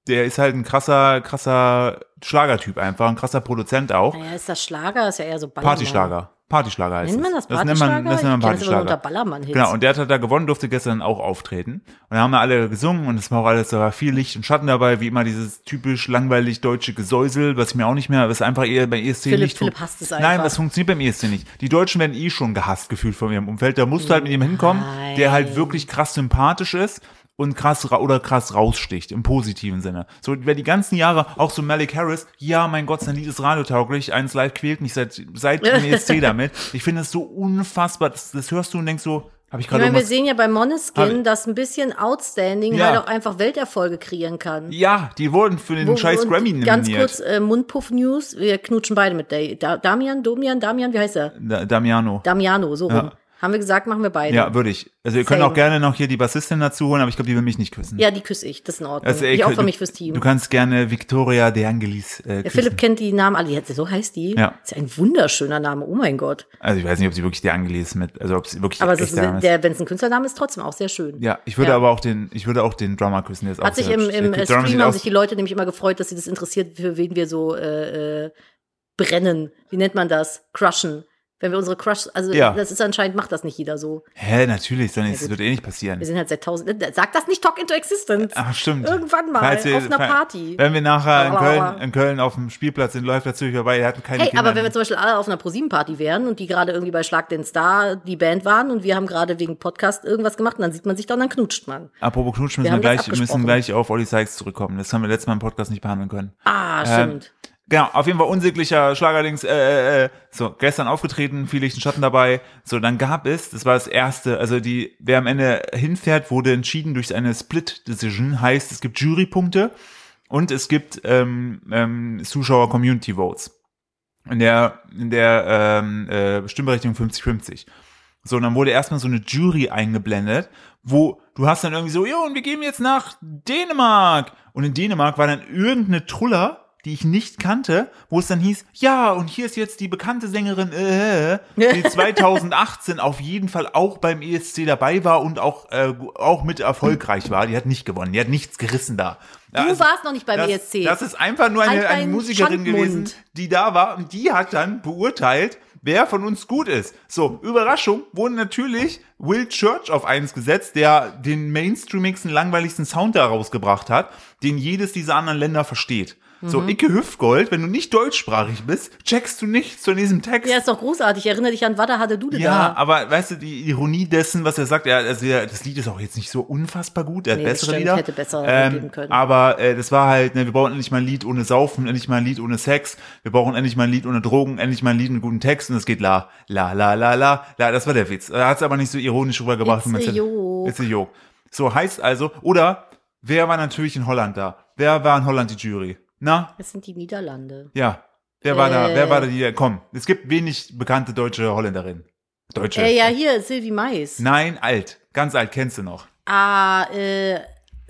der ist halt ein krasser, krasser Schlagertyp einfach, ein krasser Produzent auch.
Naja, ist das Schlager? Ist ja eher so Ballermann.
Partyschlager. Partyschlager heißt
Nennt man
es.
das Partyschlager?
nennt man, das nennt man
Ich kenn's immer nur
Partyschlager.
unter Ballermann-Hits.
Genau, und der hat halt da gewonnen, durfte gestern auch auftreten. Und da haben wir alle gesungen und es war auch alles, da war viel Licht und Schatten dabei, wie immer dieses typisch langweilig deutsche Gesäusel, was ich mir auch nicht mehr, was einfach eher beim ESC
Philipp-
nicht fun-
Philipp hasst es
Nein,
einfach.
das funktioniert beim ESC nicht. Die Deutschen werden eh schon gehasst gefühlt von ihrem Umfeld. Da musst du halt mit jemandem hinkommen, der halt wirklich krass sympathisch ist und krass ra- oder krass raussticht im positiven Sinne. So über die ganzen Jahre auch so Malik Harris, ja, mein Gott, sein Lied ist radiotauglich, eins live quält mich seit seit dem E ESC damit. Ich finde es so unfassbar, das, das hörst du und denkst so, habe ich
Ich
gerade
meine, wir
irgendwas
sehen ja bei
Hab ich-
Moneskin, dass ein bisschen Outstanding
Ja.
halt auch einfach Welterfolge kreieren kann.
Ja, die wurden für den
Wo-
scheiß
und
Grammy nominiert.
Ganz kurz, äh, Mundpuff-News. Wir knutschen beide mit Day. Da Damian, Domian, Damian, wie heißt er?
Da, Damiano.
Damiano, so rum. Haben wir gesagt, machen wir beide.
ja, würde ich. Also ihr könnt
Same.
auch gerne noch hier die Bassistin dazu holen, aber ich glaube, die will mich nicht küssen.
Ja, die küsse ich. Das ist in Ordnung.
Also, ey,
ich
du-
opfer mich fürs Team.
Du kannst gerne Victoria De Angelis äh,
Der
küssen.
Philipp kennt die Namen alle. Ja, So heißt die.
Ja.
Ist ja ein wunderschöner Name. Oh mein Gott.
Also ich weiß nicht, ob sie wirklich De Angelis ist mit, also ob sie wirklich
Aber es
echt
ist,
Dame ist.
der, wenn es ein Künstlername ist, trotzdem auch sehr schön.
ja, ich würde
Ja.
aber auch den, ich würde auch den Drummer küssen, der ist auch
Hat sich
sehr
im,
hübsch. Der
im
Drummer
äh,
sieht
Stream haben
aus-
sich die Leute nämlich immer gefreut, dass sie das interessiert, für wen wir so äh, äh, brennen. Wie nennt man das? Crushen. Wenn wir unsere Crush, also
Ja.
das ist anscheinend, macht das nicht jeder so.
Hä, natürlich, sondern
Ja,
das
gut.
wird eh nicht passieren.
Wir sind halt seit tausend. Sag das nicht, Talk into Existence.
Ach, stimmt.
Irgendwann mal,
Falls wir-
auf einer
fall-
Party.
Wenn wir nachher in
Aua,
Köln,
aua.
in Köln auf dem Spielplatz sind, läuft natürlich vorbei, der hat keine
Hey,
Kinder
aber wenn
mehr.
wir zum Beispiel alle auf einer ProSieben-Party wären und die gerade irgendwie bei Schlag den Star die Band waren und wir haben gerade wegen Podcast irgendwas gemacht, und dann sieht man sich doch und dann knutscht man.
Apropos Knutsch,
Wir
müssen wir,
haben das
gleich, müssen
abgesprochen.
gleich auf Olli Sykes zurückkommen. Das haben wir letztes Mal im Podcast nicht behandeln können.
Ah, stimmt.
Genau, auf jeden Fall unsäglicher Schlagerdings. Äh, äh, äh, so, gestern aufgetreten, viel Licht und Schatten dabei. So, dann gab es, das war das erste, also die, wer am Ende hinfährt, wurde entschieden durch eine Split-Decision. Heißt, es gibt Jurypunkte und es gibt ähm, ähm, Zuschauer-Community-Votes. In der, in der ähm, äh, Stimmberechtigung 50-50. So, und dann wurde erstmal so eine Jury eingeblendet, wo du hast dann irgendwie so, jo, und wir gehen jetzt nach Dänemark. Und in Dänemark war dann irgendeine Truller, die ich nicht kannte, wo es dann hieß, ja, und hier ist jetzt die bekannte Sängerin, äh, die 2018 auf jeden Fall auch beim ESC dabei war und auch, äh, auch mit erfolgreich war. Die hat nicht gewonnen, die hat nichts gerissen da. also
Du warst noch nicht beim
das,
ESC.
Das ist einfach nur eine,
Halt
eine
deinen
Musikerin
Schandmund.
gewesen, die da war und die hat dann beurteilt, wer von uns gut ist. So, Überraschung, wurde natürlich Will Church auf eins gesetzt, der den mainstreamigsten, langweiligsten Sound da rausgebracht hat, den jedes dieser anderen Länder versteht.
Mhm.
So, Icke Hüftgold, wenn du nicht deutschsprachig bist, checkst du nichts von diesem Text.
Ja, ist doch großartig. Ich erinnere dich an Wada hatte Dude
Ja,
da.
aber weißt du, die Ironie dessen, was er sagt, er, also er, das Lied ist auch jetzt nicht so unfassbar gut, er hat
Nee, das
bessere
stimmt,
Lieder. Ähm,
hätte besser geben können.
Aber äh, das war halt, ne, wir brauchen endlich mal ein Lied ohne Saufen, endlich mal ein Lied ohne Sex, wir brauchen endlich mal ein Lied ohne Drogen, endlich mal ein Lied mit guten Text und es geht la, la, la, la, la, la, das war der Witz. Er hat es aber nicht so ironisch rübergebracht.
It's a joke.
It's a joke. So heißt also, oder, wer war natürlich in Holland da? Wer war in Holland die Jury? Na,
Das sind die Niederlande.
ja. Wer war da?
Äh.
Wer war da? Die, komm, es gibt wenig bekannte deutsche Holländerin. Deutsche.
Äh, ja, hier, Sylvie Mais.
Nein, alt. Ganz alt, kennst du noch.
Ah, äh,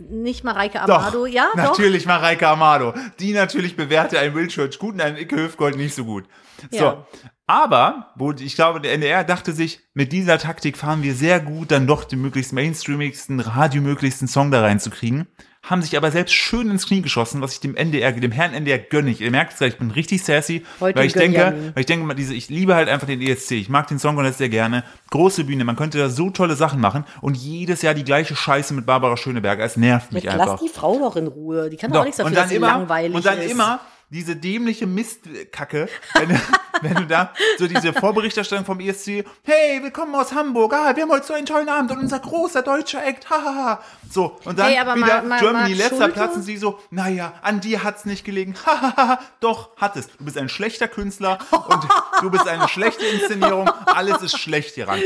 nicht Mareike
Doch,
Amado, ja, doch.
natürlich Mareike Amado. Die natürlich bewährte einen Will Church gut und einen Icke Höfgold nicht so gut.
Ja.
So. Aber, wo die- ich glaube, der NDR dachte sich, mit dieser Taktik fahren wir sehr gut, dann doch den möglichst mainstreamigsten, radiomöglichsten Song da reinzukriegen. Haben sich aber selbst schön ins Knie geschossen, was ich dem NDR, dem Herrn NDR gönne ich. Ihr merkt es gleich, ich bin richtig sassy,
Heute
weil ich
gönn
denke,
ja nie.
weil ich denke mal, diese, ich liebe halt einfach den ESC. Ich mag den Song Contest sehr gerne. Große Bühne, man könnte da so tolle Sachen machen und jedes Jahr die gleiche Scheiße mit Barbara Schöneberger. Es nervt mich
Jetzt
einfach.
lass die Frau doch in Ruhe. Die kann doch,
Doch,
auch nichts dafür, dass sie langweilig
und dann
ist.
immer diese dämliche Mistkacke, wenn, du- wenn du da so diese Vorberichterstattung vom ESC, hey, willkommen aus Hamburg, ah, wir haben heute so einen tollen Abend und unser großer deutscher Act, hahaha. So, und dann
Hey, aber
wieder
Ma- Ma-
Germany
Marc
letzter
Schulte?
Platz und sie so, naja, an dir hat's nicht gelegen, hahaha, doch, hat es. Du bist ein schlechter Künstler und du bist eine schlechte Inszenierung, alles ist schlecht hieran.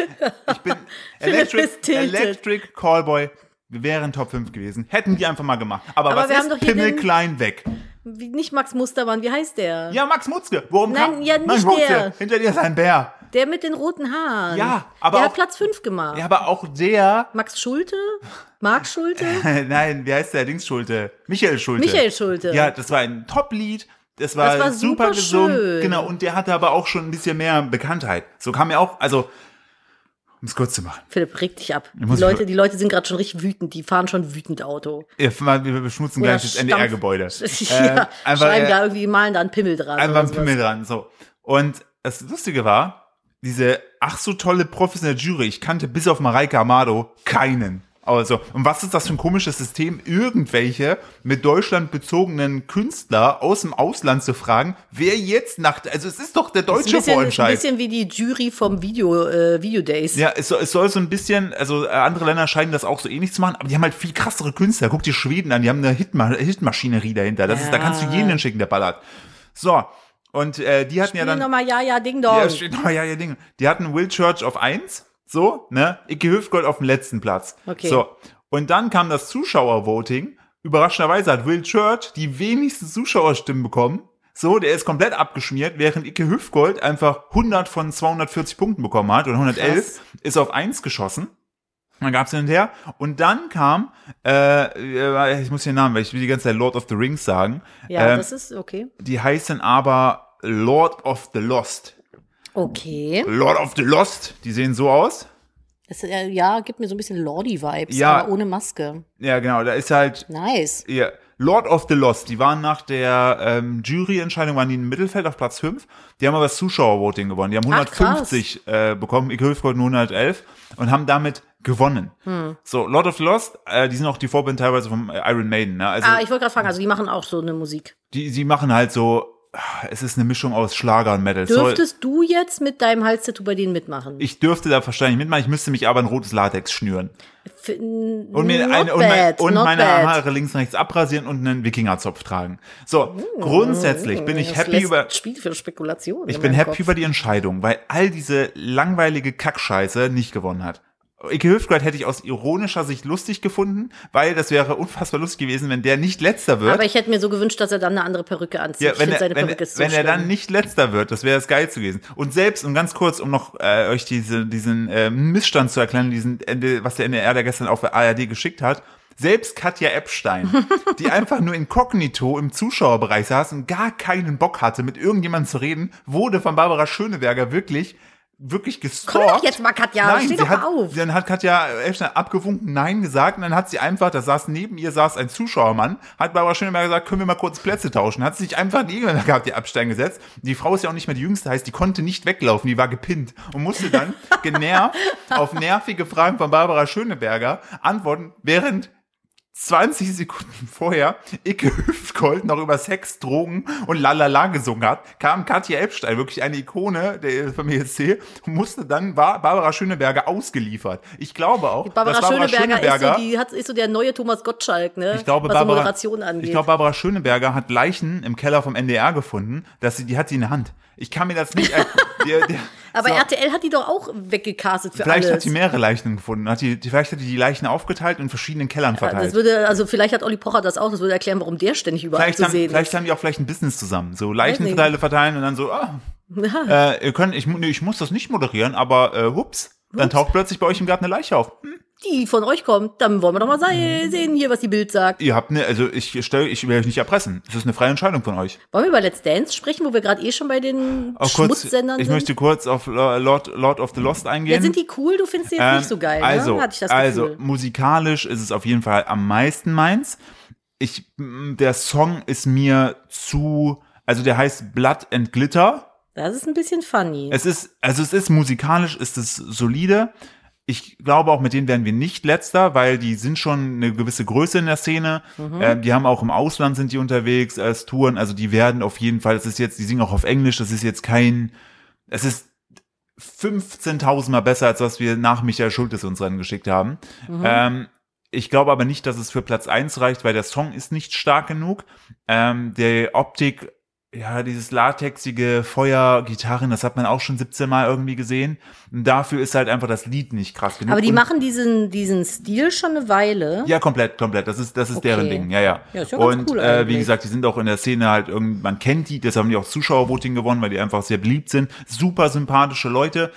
Ich bin
ist
Electric,
tilted.
Electric Callboy, wir wären Top 5 gewesen, hätten die einfach mal gemacht. Aber
Aber
was
wir
ist
haben doch hier
Pimmel
den-
klein weg?
Wie, nicht Max Mustermann, wie heißt der?
Ja, Max Mutzke. Worum
Nein,
kam?
ja, nicht
Max Mutzke.
der.
Hinter dir ist ein Bär.
Der mit den roten Haaren.
Ja, aber
Der
auch-
hat Platz 5 gemacht.
Ja, aber auch der.
Max Schulte? Marc
Äh.
Schulte?
Nein, wie heißt der Dings Schulte? Michael Schulte.
Michael Schulte.
Ja, das war ein Top-Lied. Das war,
Das war
super
super
gesungen.
schön.
Genau, und der hatte aber auch schon ein bisschen mehr Bekanntheit. So kam er auch, also, um es kurz zu machen.
Philipp, reg dich ab. Die
muss-
Leute, die Leute sind gerade schon richtig wütend. Die fahren schon wütend Auto.
Wir wir beschmutzen
Oder
gleich das
Stampf-
NDR-Gebäude. Äh,
ja, schreiben da irgendwie, malen da einen Pimmel dran.
Einfach ein
oder sowas.
Pimmel dran, so. Und das Lustige war, diese ach so tolle professionelle Jury, ich kannte bis auf Mareike Amado keinen. Also, und was ist das für ein komisches System, irgendwelche mit Deutschland bezogenen Künstler aus dem Ausland zu fragen, wer jetzt nach, also es ist doch der
Ist ein
deutsche
bisschen, ist ein
Vorentscheid.
bisschen wie die Jury vom Video, äh, Video Days.
Ja, es soll, es soll so ein bisschen, also äh, andere Länder scheinen das auch so ähnlich zu machen, aber die haben halt viel krassere Künstler. Guck dir Schweden an, die haben eine Hitma Hitmaschinerie dahinter. Das ist, da kannst du
Ja.
jeden hinschicken, der ballert. So, und äh, die hatten ja
Spiel
dann.
nochmal Ja, Ja, Ding Dong.
Ja, steht nochmal, ja, ja, Ding. Die hatten Will Church auf 1, so, ne? Icke Hüftgold auf dem letzten Platz.
Okay.
So. Und dann kam das Zuschauervoting. Überraschenderweise hat Will Church die wenigsten Zuschauerstimmen bekommen. So, der ist komplett abgeschmiert, während Icke Hüftgold einfach 100 von 240 Punkten bekommen hat oder 111,
Krass.
ist auf 1 geschossen. Dann gab's hin und her. Und dann kam, äh, äh, ich muss den Namen, weil ich will die ganze Zeit Lord of the Rings sagen.
ja,
Ähm,
das ist okay.
die heißen aber Lord of the Lost.
Okay.
Lord of the Lost, die sehen so aus.
Das, äh, ja, gibt mir so ein bisschen Lordy-Vibes,
Ja.
aber ohne Maske.
Ja, genau, da ist halt
Nice.
ja, Lord of the Lost, die waren nach der ähm, Juryentscheidung, waren die im Mittelfeld auf Platz 5. Die haben aber das Zuschauervoting gewonnen. Die haben
Ach, krass.
150 äh, bekommen, Ike Hülfgold 111 und haben damit gewonnen.
Hm.
So, Lord of the Lost, äh, die sind auch die Vorband teilweise vom äh, Iron Maiden. Ne? Also
ah, ich wollte gerade fragen, also die machen auch so eine Musik.
die, die machen halt so, es ist eine Mischung aus Schlager und Metal. Soll-
Dürftest du jetzt mit deinem Hals-Tattoo bei denen mitmachen?
ich dürfte da wahrscheinlich mitmachen, ich müsste mich aber in rotes Latex schnüren. Und, mir
not
eine, und, mein,
bad,
und
not
meine
bad.
Haare links und rechts abrasieren und einen Wikingerzopf tragen. So, grundsätzlich bin ich
Das
happy
lässt
über.
Spiel für Spekulationen.
Ich
in
bin
meinem
happy
Kopf.
über die Entscheidung, weil all diese langweilige Kackscheiße nicht gewonnen hat. Ike Hüftgold hätte ich aus ironischer Sicht lustig gefunden, weil das wäre unfassbar lustig gewesen, wenn der nicht letzter wird.
Aber ich hätte mir so gewünscht, dass er dann eine andere Perücke anzieht.
Ja,
ich
wenn
finde
er,
seine
wenn,
Perücke ist so
wenn er
schlimm.
dann nicht letzter wird, das wäre das geilste gewesen. Und selbst, und ganz kurz, um noch äh, euch diese, diesen äh, Missstand zu erklären, diesen, Ende- was der NDR da gestern auf der ARD geschickt hat, selbst Katja Epstein, die einfach nur inkognito im Zuschauerbereich saß und gar keinen Bock hatte, mit irgendjemandem zu reden, wurde von Barbara Schöneberger wirklich wirklich gestalkt.
Komm doch jetzt mal, Katja,
Nein,
steh
sie
doch mal
hat,
auf.
Dann hat Katja Elfstein abgewunken, Nein gesagt und dann hat sie einfach, da saß neben ihr saß ein Zuschauermann, hat Barbara Schöneberger gesagt, können wir mal kurz Plätze tauschen. Hat sie sich einfach in irgendeiner gehabt, die Abstein gesetzt. Die Frau ist ja auch nicht mehr die Jüngste, heißt, die konnte nicht weglaufen, die war gepinnt und musste dann genervt auf nervige Fragen von Barbara Schöneberger antworten, während 20 Sekunden vorher Icke Hüftgold noch über Sex, Drogen und Lalala gesungen hat, kam Katja Epstein, wirklich eine Ikone der Familie C, und musste dann war Barbara Schöneberger ausgeliefert. Ich glaube auch,
Barbara,
dass Barbara
Schöneberger,
Schöneberger,
Ist, so die, hat, ist so der neue Thomas Gottschalk, ne?
ich glaube,
was so
Barbara,
Moderation angeht.
ich glaube, Barbara Schöneberger hat Leichen im Keller vom NDR gefunden, dass sie, die hat sie in der Hand. Ich kann mir das nicht, er- der, der,
aber
so.
RTL hat die doch auch weggecastet für
Vielleicht hat
alles.
sie mehrere Leichen gefunden. Hat die, die- vielleicht hat die die Leichen aufgeteilt und in verschiedenen Kellern verteilt.
das würde, also vielleicht hat Olli Pocher das auch, das würde erklären, warum der ständig überall
Vielleicht
zu
haben,
sehen
vielleicht haben die auch vielleicht ein Business zusammen. So
nicht.
Leichenteile verteilen und dann so, ah, äh, ihr könnt, ich, mu- nee, ich muss das nicht moderieren, aber äh, hups, dann taucht plötzlich bei euch im Garten eine Leiche auf. Hm,
die von euch kommt, dann wollen wir doch mal
Mhm.
se- sehen hier, was die Bild sagt.
Ihr habt ne, also ich stelle, ich will euch nicht erpressen. Es ist eine freie Entscheidung von euch.
Wollen wir über Let's Dance sprechen, wo wir gerade eh schon bei den
Auch kurz, ich
Schmutzsendern sind?
möchte kurz auf äh, Lord, Lord of the Lost eingehen.
ja, sind die cool? Du findest die jetzt
Ähm,
nicht so geil,
also,
ne? Hatte ich das
also
Gefühl.
musikalisch ist es auf jeden Fall am meisten meins. Ich, m, der Song ist mir zu, also der heißt Blood and Glitter.
Das ist ein bisschen funny.
Es ist, also es ist musikalisch, ist es solide. Ich glaube auch, mit denen werden wir nicht letzter, weil die sind schon eine gewisse Größe in der Szene. Ähm, die haben auch im Ausland sind die unterwegs als Touren. Also die werden auf jeden Fall, es ist jetzt, die singen auch auf Englisch, das ist jetzt kein, es ist 15.000 Mal besser, als was wir nach Michael Schultes uns Rennen geschickt haben.
Mhm.
Ähm, ich glaube aber nicht, dass es für Platz eins reicht, weil der Song ist nicht stark genug. Ähm, die Optik, ja, dieses latexige Feuergitarren, das hat man auch schon 17 Mal irgendwie gesehen. Und dafür ist halt einfach das Lied nicht krass genug.
Aber die
Und-
machen diesen, diesen Stil schon eine Weile.
ja, komplett, komplett. Das ist, das ist
Okay.
deren Ding. Ja, ja.
Ja, ist ja ganz
und
cool
äh, wie
eigentlich.
gesagt, die sind auch in der Szene halt irgendwie, man kennt die, deshalb haben die auch Zuschauervoting gewonnen, weil die einfach sehr beliebt sind. Super sympathische Leute.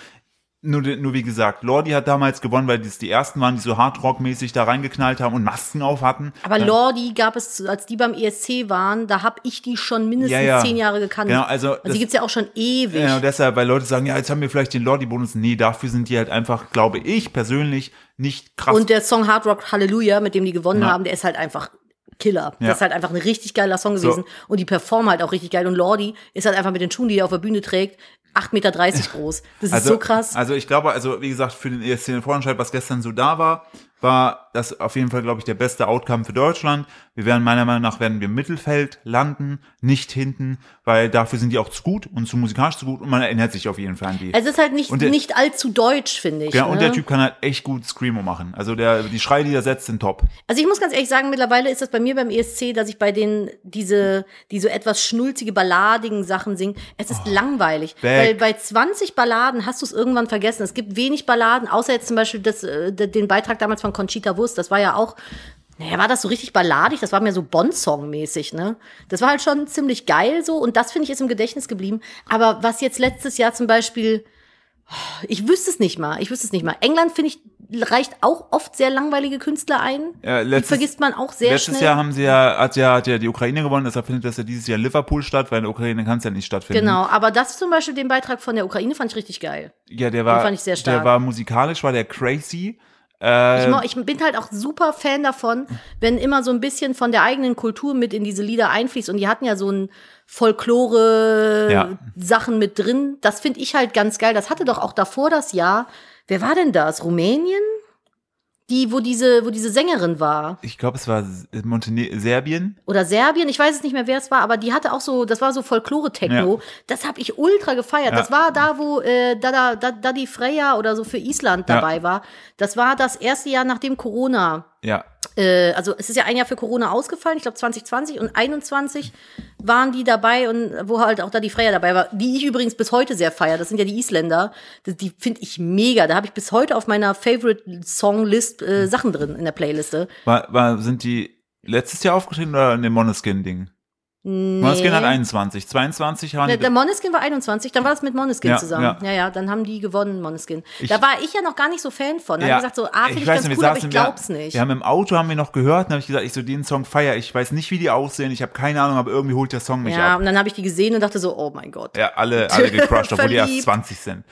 Nur, nur wie gesagt, Lordi hat damals gewonnen, weil das die ersten waren, die so Hardrock-mäßig da reingeknallt haben und Masken auf hatten.
Aber
Dann-
Lordi gab es, zu- als die beim ESC waren, da hab ich die schon mindestens
Ja, ja.
zehn Jahre gekannt.
Genau, also das-
die gibt's ja auch schon ewig.
Ja, Äh, und deshalb, weil Leute sagen, ja, jetzt haben wir vielleicht den Lordi-Bonus. Nee, dafür sind die halt einfach, glaube ich persönlich, nicht krass.
Und der Song Hard Rock Hallelujah, mit dem die gewonnen
Ja.
haben, der ist halt einfach Killer.
Ja.
Das ist halt einfach ein richtig geiler Song
So.
gewesen. Und die performen halt auch richtig geil. Und Lordi ist halt einfach mit den Schuhen, die er auf der Bühne trägt, 8,30 Meter groß. Das ist so krass.
Also ich glaube, also wie gesagt, für den ESC in Vorentscheid, was gestern so da war, war das auf jeden Fall, glaube ich, der beste Outcome für Deutschland. Wir werden meiner Meinung nach werden wir im Mittelfeld landen, nicht hinten, weil dafür sind die auch zu gut und zu musikalisch zu gut und man erinnert sich auf jeden Fall an die.
Also es ist halt nicht,
Und der-
nicht allzu deutsch, finde ich.
ja,
ne?
und der Typ kann halt echt gut Screamo machen. Also der, die Schreie, die er setzt, sind top.
Also ich muss ganz ehrlich sagen, mittlerweile ist das bei mir beim ESC, dass ich bei denen diese, die so etwas schnulzige, balladigen Sachen singen. Es ist langweilig. Weil bei 20 Balladen hast du es irgendwann vergessen. Es gibt wenig Balladen, außer jetzt zum Beispiel das, äh, d- den Beitrag damals von Conchita Wurst. Das war ja auch, naja, war das so richtig balladig? Das war mir so Bond-Song-mäßig, ne? Das war halt schon ziemlich geil so. Und das, finde ich, ist im Gedächtnis geblieben. Aber was jetzt letztes Jahr zum Beispiel ich wüsste es nicht mal. Ich wüsste es nicht mal. England, finde ich, reicht auch oft sehr langweilige Künstler ein.
Ja,
die
Äh, letztes-
vergisst man auch sehr
Letztes
schnell.
Jahr haben sie ja, hat ja, hat ja die Ukraine gewonnen, deshalb findet das ja dieses Jahr in Liverpool statt, weil in der Ukraine kann es ja nicht stattfinden.
genau, aber das zum Beispiel, den Beitrag von der Ukraine fand ich richtig geil.
Ja, der war,
Den fand ich sehr
der
stark.
war musikalisch, war der crazy.
Ich,
Ähm.
mo- ich bin halt auch super Fan davon, wenn immer so ein bisschen von der eigenen Kultur mit in diese Lieder einfließt. Und die hatten ja so ein
Ja.
Folklore-Sachen mit drin. Das finde ich halt ganz geil. Das hatte doch auch davor das Jahr. Wer war denn das? Rumänien? Die, wo diese, wo diese Sängerin war.
ich glaube, es war äh, Montenegro, Serbien.
oder Serbien, ich weiß es nicht mehr, wer es war, aber die hatte auch so, das war so Folklore-Techno. Das habe ich ultra gefeiert.
Ja.
Das war da, wo äh, Dada, da, Daddy Freya oder so für Island
Ja.
dabei war. Das war das erste Jahr, nachdem Corona,
Ja,
äh, also es ist ja ein Jahr für Corona ausgefallen, ich glaube 2020 und 21 waren die dabei und wo halt auch Daddy Freya dabei war, die ich übrigens bis heute sehr feiere. Das sind ja die Isländer. Das, die finde ich mega. Da habe ich bis heute auf meiner Favorite-Song-List äh, Sachen drin in der Playliste.
war, war, sind die letztes Jahr aufgetreten oder in dem Monoskin-Ding?
Nee.
Monoskin hat 21, 22 waren
Der,
die.
der Moneskin war 21, dann war das mit Moneskin
Ja,
zusammen.
ja.
Ja. ja, dann haben die gewonnen, Moneskin.
Ich-
da war ich ja noch gar nicht so Fan von. Da hab ich gesagt, so, ah, finde ich, ganz
wir
cool, aber ich
saßen-
glaub's
wir,
nicht.
Wir haben im Auto, haben wir noch gehört, und habe ich gesagt, ich so, den Song feier ich. Ich weiß nicht, wie die aussehen, ich habe keine Ahnung, aber irgendwie holt der Song mich
ja,
ab.
und dann habe ich die gesehen und dachte so, oh mein Gott. Ja.
Ja, alle, alle gecrushed, obwohl die erst
Verliebt.
20 sind.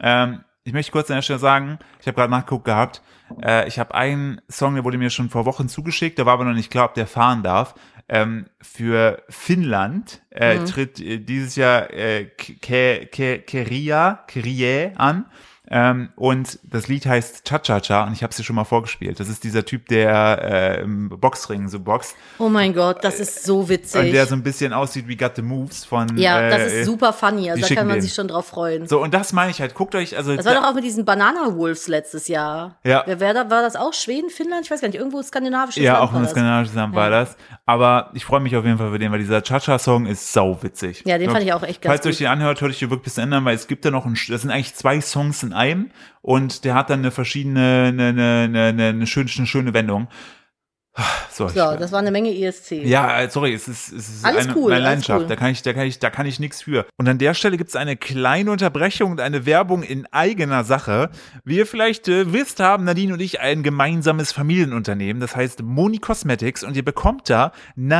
Ähm, ich möchte kurz an der Stelle sagen, ich habe gerade nachgeguckt gehabt, äh, ich habe einen Song, der wurde mir schon vor Wochen zugeschickt, da war aber noch nicht klar, ob der fahren darf. Ähm, für Finnland äh,
Mhm.
tritt äh, dieses Jahr äh, K- K- K- Keria, Kerie an. Ähm, und das Lied heißt Cha-Cha-Cha und ich habe es dir schon mal vorgespielt. Das ist dieser Typ, der äh, im Boxring so boxt
Oh mein Gott, das ist so
und
witzig.
der so ein bisschen aussieht wie Got the Moves von
ja,
äh,
das ist super funny.
die
Also da
schicken
kann man
den.
sich schon drauf freuen.
So, und das meine ich halt. Guckt euch, also
das war doch auch mit diesen Banana Wolves letztes Jahr.
Ja.
Wer, wer da, war das auch? Schweden, Finnland? Ich weiß gar nicht, irgendwo skandinavisches
Ja,
Land
auch
war
ein
das.
skandinavisches Land war das. Aber ich freue mich auf jeden Fall für den, weil dieser Cha-Cha-Song ist sauwitzig.
Ja, den fand ich auch echt ganz
Falls ihr euch
gut.
den anhört, hört euch den wirklich bis zum Ende an, weil es gibt da noch ein, das sind eigentlich zwei Songs in einem und der hat dann eine verschiedene, eine, eine, eine, eine, eine, schöne, eine schöne Wendung. So, ich,
So, das war eine Menge E ESC.
ja, äh, sorry, es ist, es ist
Alles
eine,
cool,
meine
alles
Leidenschaft.
cool.
Da kann ich, da kann ich, da kann ich nichts für. Und an der Stelle gibt's eine kleine Unterbrechung und eine Werbung in eigener Sache. Wie ihr vielleicht äh, wisst, haben Nadine und ich ein gemeinsames Familienunternehmen, das heißt Moni Cosmetics, und ihr bekommt da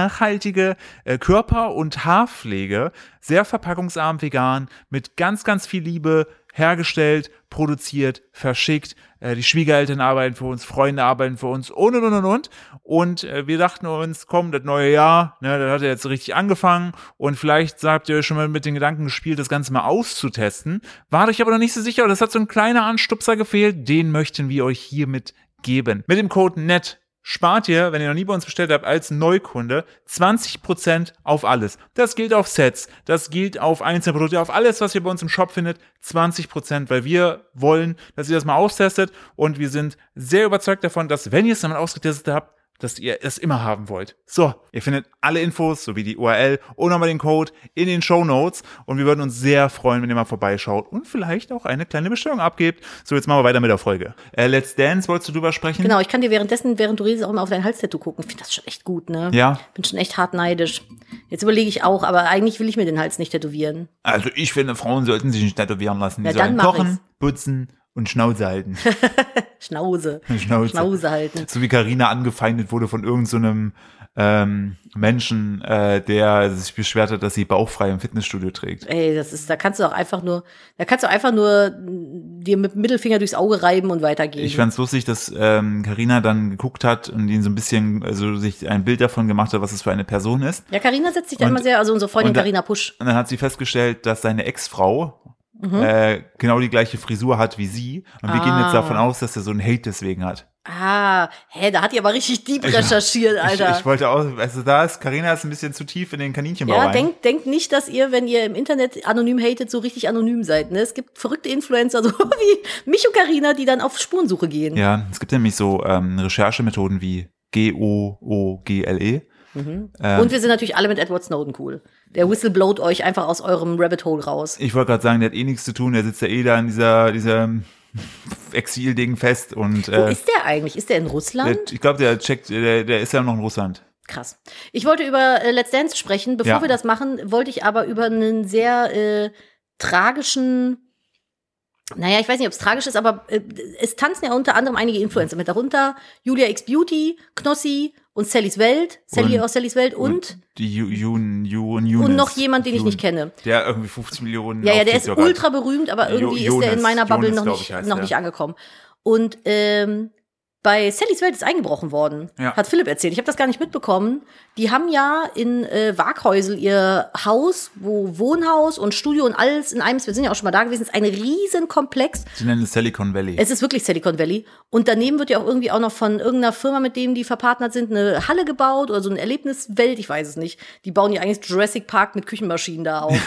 nachhaltige äh, Körper- und Haarpflege, sehr verpackungsarm vegan, mit ganz, ganz viel Liebe hergestellt, produziert, verschickt. Äh, die Schwiegereltern arbeiten für uns, Freunde arbeiten für uns und und und und und. Und äh, wir dachten uns, komm, das neue Jahr, ne, das hat ja jetzt richtig angefangen und vielleicht habt ihr schon mal mit den Gedanken gespielt, das Ganze mal auszutesten. War euch aber noch nicht so sicher, das hat so ein kleiner Anstupser gefehlt, den möchten wir euch hiermit geben. Mit dem Code NET spart ihr, wenn ihr noch nie bei uns bestellt habt, als Neukunde 20% auf alles. Das gilt auf Sets, das gilt auf einzelne Produkte, auf alles, was ihr bei uns im Shop findet, 20%, weil wir wollen, dass ihr das mal austestet und wir sind sehr überzeugt davon, dass wenn ihr es einmal ausgetestet habt, dass ihr es immer haben wollt. So, ihr findet alle Infos sowie die URL und nochmal den Code in den Show Notes und wir würden uns sehr freuen, wenn ihr mal vorbeischaut und vielleicht auch eine kleine Bestellung abgebt. So, jetzt machen wir weiter mit der Folge. Äh, Let's Dance, wolltest du drüber sprechen?
Genau, ich kann dir währenddessen, während du redest, auch mal auf dein Halstattoo gucken. Ich finde das schon echt gut, ne?
Ja.
Bin schon echt hart neidisch. Jetzt überlege ich auch, aber eigentlich will ich mir den Hals nicht tätowieren.
Also ich finde, Frauen sollten sich nicht tätowieren lassen. Die
Ja,
sollen
dann mach
kochen,
ich's.
putzen und Schnauze halten.
Schnauze.
Schnauze.
Schnauze halten.
so wie Karina angefeindet wurde von irgendeinem so einem, ähm, Menschen, äh, der sich beschwert hat, dass sie bauchfrei im Fitnessstudio trägt.
Ey, das ist, da kannst du doch einfach nur, da kannst du einfach nur mm, dir mit dem Mittelfinger durchs Auge reiben und weitergehen.
Ich fand's lustig, dass ähm, Carina dann geguckt hat und ihn so ein bisschen, also sich ein Bild davon gemacht hat, was es für eine Person ist.
ja, Karina setzt sich da
Und-
immer sehr, also unsere Freundin
und da-
Karina Pusch.
Und dann hat sie festgestellt, dass seine Ex-Frau äh, genau die gleiche Frisur hat wie sie. Und wir gehen jetzt
Mhm. Ah.
davon aus, dass er so einen Hate deswegen hat.
Ah, hä, da hat die aber richtig deep recherchiert, Alter.
Ich, ich wollte auch, also da ist, Carina ist ein bisschen zu tief in den Kaninchenbau
ja,
rein.
denkt denkt nicht, dass ihr, wenn ihr im Internet anonym hatet, so richtig anonym seid. Ne? Es gibt verrückte Influencer, so wie mich und Karina, die dann auf Spurensuche gehen.
ja, es gibt nämlich so ähm, Recherchemethoden wie G-O-O-G-L-E. E.
Mhm.
Ähm,
Und wir sind natürlich alle mit Edward Snowden cool. Der whistleblowt euch einfach aus eurem Rabbit Hole raus.
Ich wollte gerade sagen, der hat eh nichts zu tun, der sitzt ja eh da in dieser, dieser ähm, Exil-Ding fest und
Wo
äh,
ist der eigentlich? Ist der in Russland?
der, ich glaube, der checkt, der, der ist ja noch in Russland.
Krass. Ich wollte über äh, Let's Dance sprechen. Bevor
Ja.
wir das machen, wollte ich aber über einen sehr äh, tragischen, naja, ich weiß nicht, ob es tragisch ist, aber äh, es tanzen ja unter anderem einige Influencer mit darunter. Julia X Beauty, Knossi und Sallys Welt, Sally
Und-
aus Sallys Welt und,
Die Ju- Jun, Jun, Jun
und, noch jemand, den ich nicht kenne.
Der irgendwie 50 Millionen.
Ja, ja,
auf
der ist
TikTok hat.
ultra berühmt, aber
Jo-
irgendwie ist
Jonas.
der in meiner Bubble
Jonas,
noch,
glaub
nicht,
ich, heißt
noch
der.
nicht angekommen. Und ähm, bei Sallys Welt ist eingebrochen worden,
Ja.
hat Philipp erzählt. Ich habe das gar nicht mitbekommen. Die haben ja in äh, Waghäusel ihr Haus, wo Wohnhaus und Studio und alles in einem, wir sind ja auch schon mal da gewesen, ist ein riesen Komplex.
Sie nennen es Silicon Valley.
Es ist wirklich Silicon Valley. Und daneben wird ja auch irgendwie auch noch von irgendeiner Firma, mit denen die verpartnert sind, eine Halle gebaut oder so eine Erlebniswelt, ich weiß es nicht. Die bauen ja eigentlich Jurassic Park mit Küchenmaschinen da auf.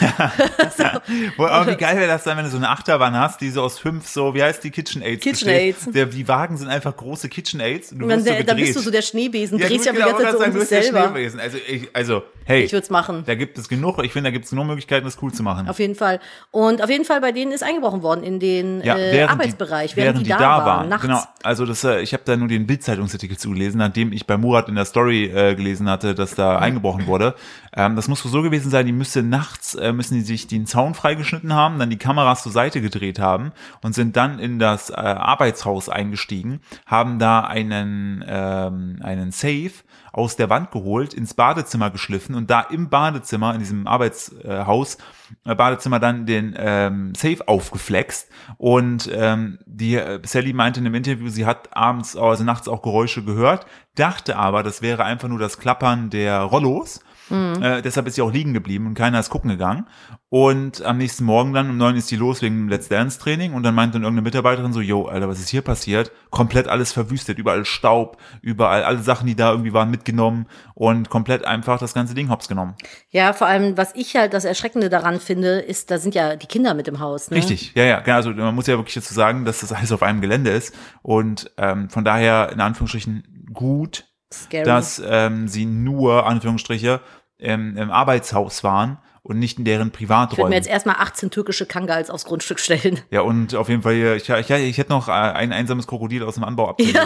Boah, aber wie geil wäre das dann, wenn du so eine Achterbahn hast, die so aus fünf, so, wie heißt die KitchenAids?
KitchenAids.
besteht? Der, die Wagen sind einfach große KitchenAids. Und du
Und dann,
wirst so
der, dann
gedreht.
bist du so der Schneebesen,
ja,
drehst
gut,
ja die
genau,
ganze Zeit
wollte
so um
gerade
dich
sagen, du bist der Schneebesen.
selber.
Also, ich, also, hey.
Ich würde es machen.
Da gibt es genug, ich finde, da gibt es genug Möglichkeiten, das cool zu machen.
Auf jeden Fall. Und auf jeden Fall bei denen ist eingebrochen worden in den
ja,
äh,
während
Arbeitsbereich,
die,
während, die, da, waren. Nachts.
Genau, also das, äh, ich habe da nur den Bild-Zeitungsartikel zugelesen, nachdem ich bei Murat in der Story äh, gelesen hatte, dass da
Mhm.
eingebrochen wurde. Ähm, das muss wohl so gewesen sein, die müsste nachts, äh, müssen die sich den Zaun freigeschnitten haben, dann die Kameras zur Seite gedreht haben und sind dann in das äh, Arbeitshaus eingestiegen, haben da einen, ähm, einen Safe aus der Wand geholt, ins Badezimmer geschliffen und da im Badezimmer, in diesem Arbeitshaus, äh, Badezimmer dann den ähm, Safe aufgeflext. Und ähm, die äh, Sally meinte in einem Interview, sie hat abends, also nachts auch Geräusche gehört, dachte aber, das wäre einfach nur das Klappern der Rollos. Äh, deshalb ist sie auch liegen geblieben und keiner ist gucken gegangen. Und am nächsten Morgen dann um neun ist sie los wegen dem Let's Dance Training und dann meinte dann irgendeine Mitarbeiterin so, yo, Alter, was ist hier passiert? Komplett alles verwüstet, überall Staub, überall alle Sachen, die da irgendwie waren, mitgenommen und komplett einfach das ganze Ding hops genommen.
Ja, vor allem, was ich halt das Erschreckende daran finde, ist, da sind ja die Kinder mit im Haus. Ne?
Richtig, ja, ja, genau. Also man muss ja wirklich dazu sagen, dass das alles auf einem Gelände ist und ähm, von daher in Anführungsstrichen gut,
Scary.
dass ähm, sie nur Anführungsstriche im, im Arbeitshaus waren und nicht in deren
Ich würde mir
Privaträumen.
jetzt erstmal 18 türkische Kangals aufs Grundstück stellen.
Ja, und auf jeden Fall, hier- ich, ich, ich hätte noch äh, ein einsames Krokodil aus dem Anbau abgegeben.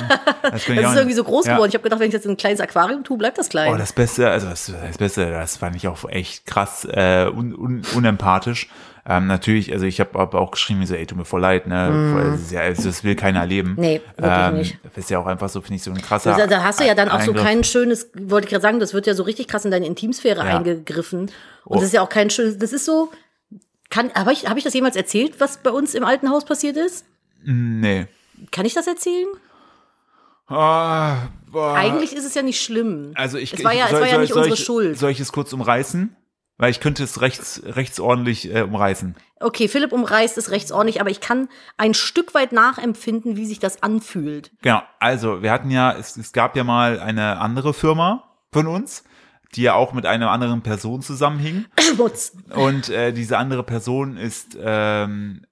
Das, könnte ich
Das
auch
ist irgendwie so groß
Ja.
geworden. Ich habe gedacht, wenn ich jetzt in ein kleines Aquarium tue, bleibt das klein.
Oh, das Beste, also das, das Beste, das fand ich auch echt krass äh, un, un, unempathisch. Ähm, natürlich, also ich habe aber auch geschrieben, so, ey, tut mir voll leid, ne? Weil es ist ja, also das will keiner erleben.
Mhm. Nee, wirklich nicht. Also,
Das ist ja auch einfach so, finde ich, so ein krasser.
da, da hast du ja dann auch so
Eingriff.
kein schönes, wollte ich gerade sagen, das wird ja so richtig krass in deine Intimsphäre
Ja.
eingegriffen.
Oh.
Und das ist ja auch kein schönes, das ist so, kann, habe ich, hab ich das jemals erzählt, was bei uns im alten Haus passiert ist?
Hm, Nee.
Kann ich das erzählen?
Ah, boah.
Eigentlich ist es ja nicht schlimm.
Also ich,
es war ja,
ich,
es war ja nicht
soll
unsere
ich,
Schuld.
Soll ich es kurz umreißen? Weil ich könnte es rechts, rechts ordentlich äh, umreißen.
Okay, Philipp umreißt es rechts ordentlich, aber ich kann ein Stück weit nachempfinden, wie sich das anfühlt.
Genau, also wir hatten ja, es, es gab ja mal eine andere Firma von uns, die ja auch mit einer anderen Person zusammenhing.
Schmutz,
Und äh, diese andere Person ist ähm,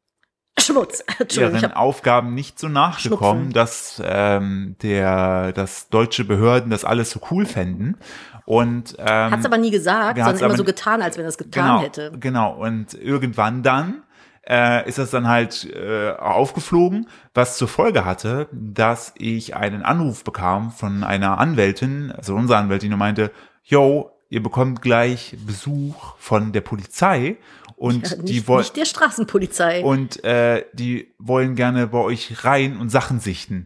Schmutz. Entschuldigung, ich
ihren
hab,
Aufgaben nicht so nachgekommen,
Schnupfen.
dass ähm, der, dass deutsche Behörden das alles so cool fänden. Und ähm,
hat's aber nie gesagt,
wir hat's
sondern immer
aber
so
nie-
getan, als wenn er es getan
genau,
hätte.
Genau, und irgendwann dann äh, ist das dann halt äh, aufgeflogen, was zur Folge hatte, dass ich einen Anruf bekam von einer Anwältin, also unserer Anwältin, die meinte, yo, ihr bekommt gleich Besuch von der Polizei und
Ja, nicht,
die wollen
nicht der Straßenpolizei.
und äh, die wollen gerne bei euch rein und Sachen sichten.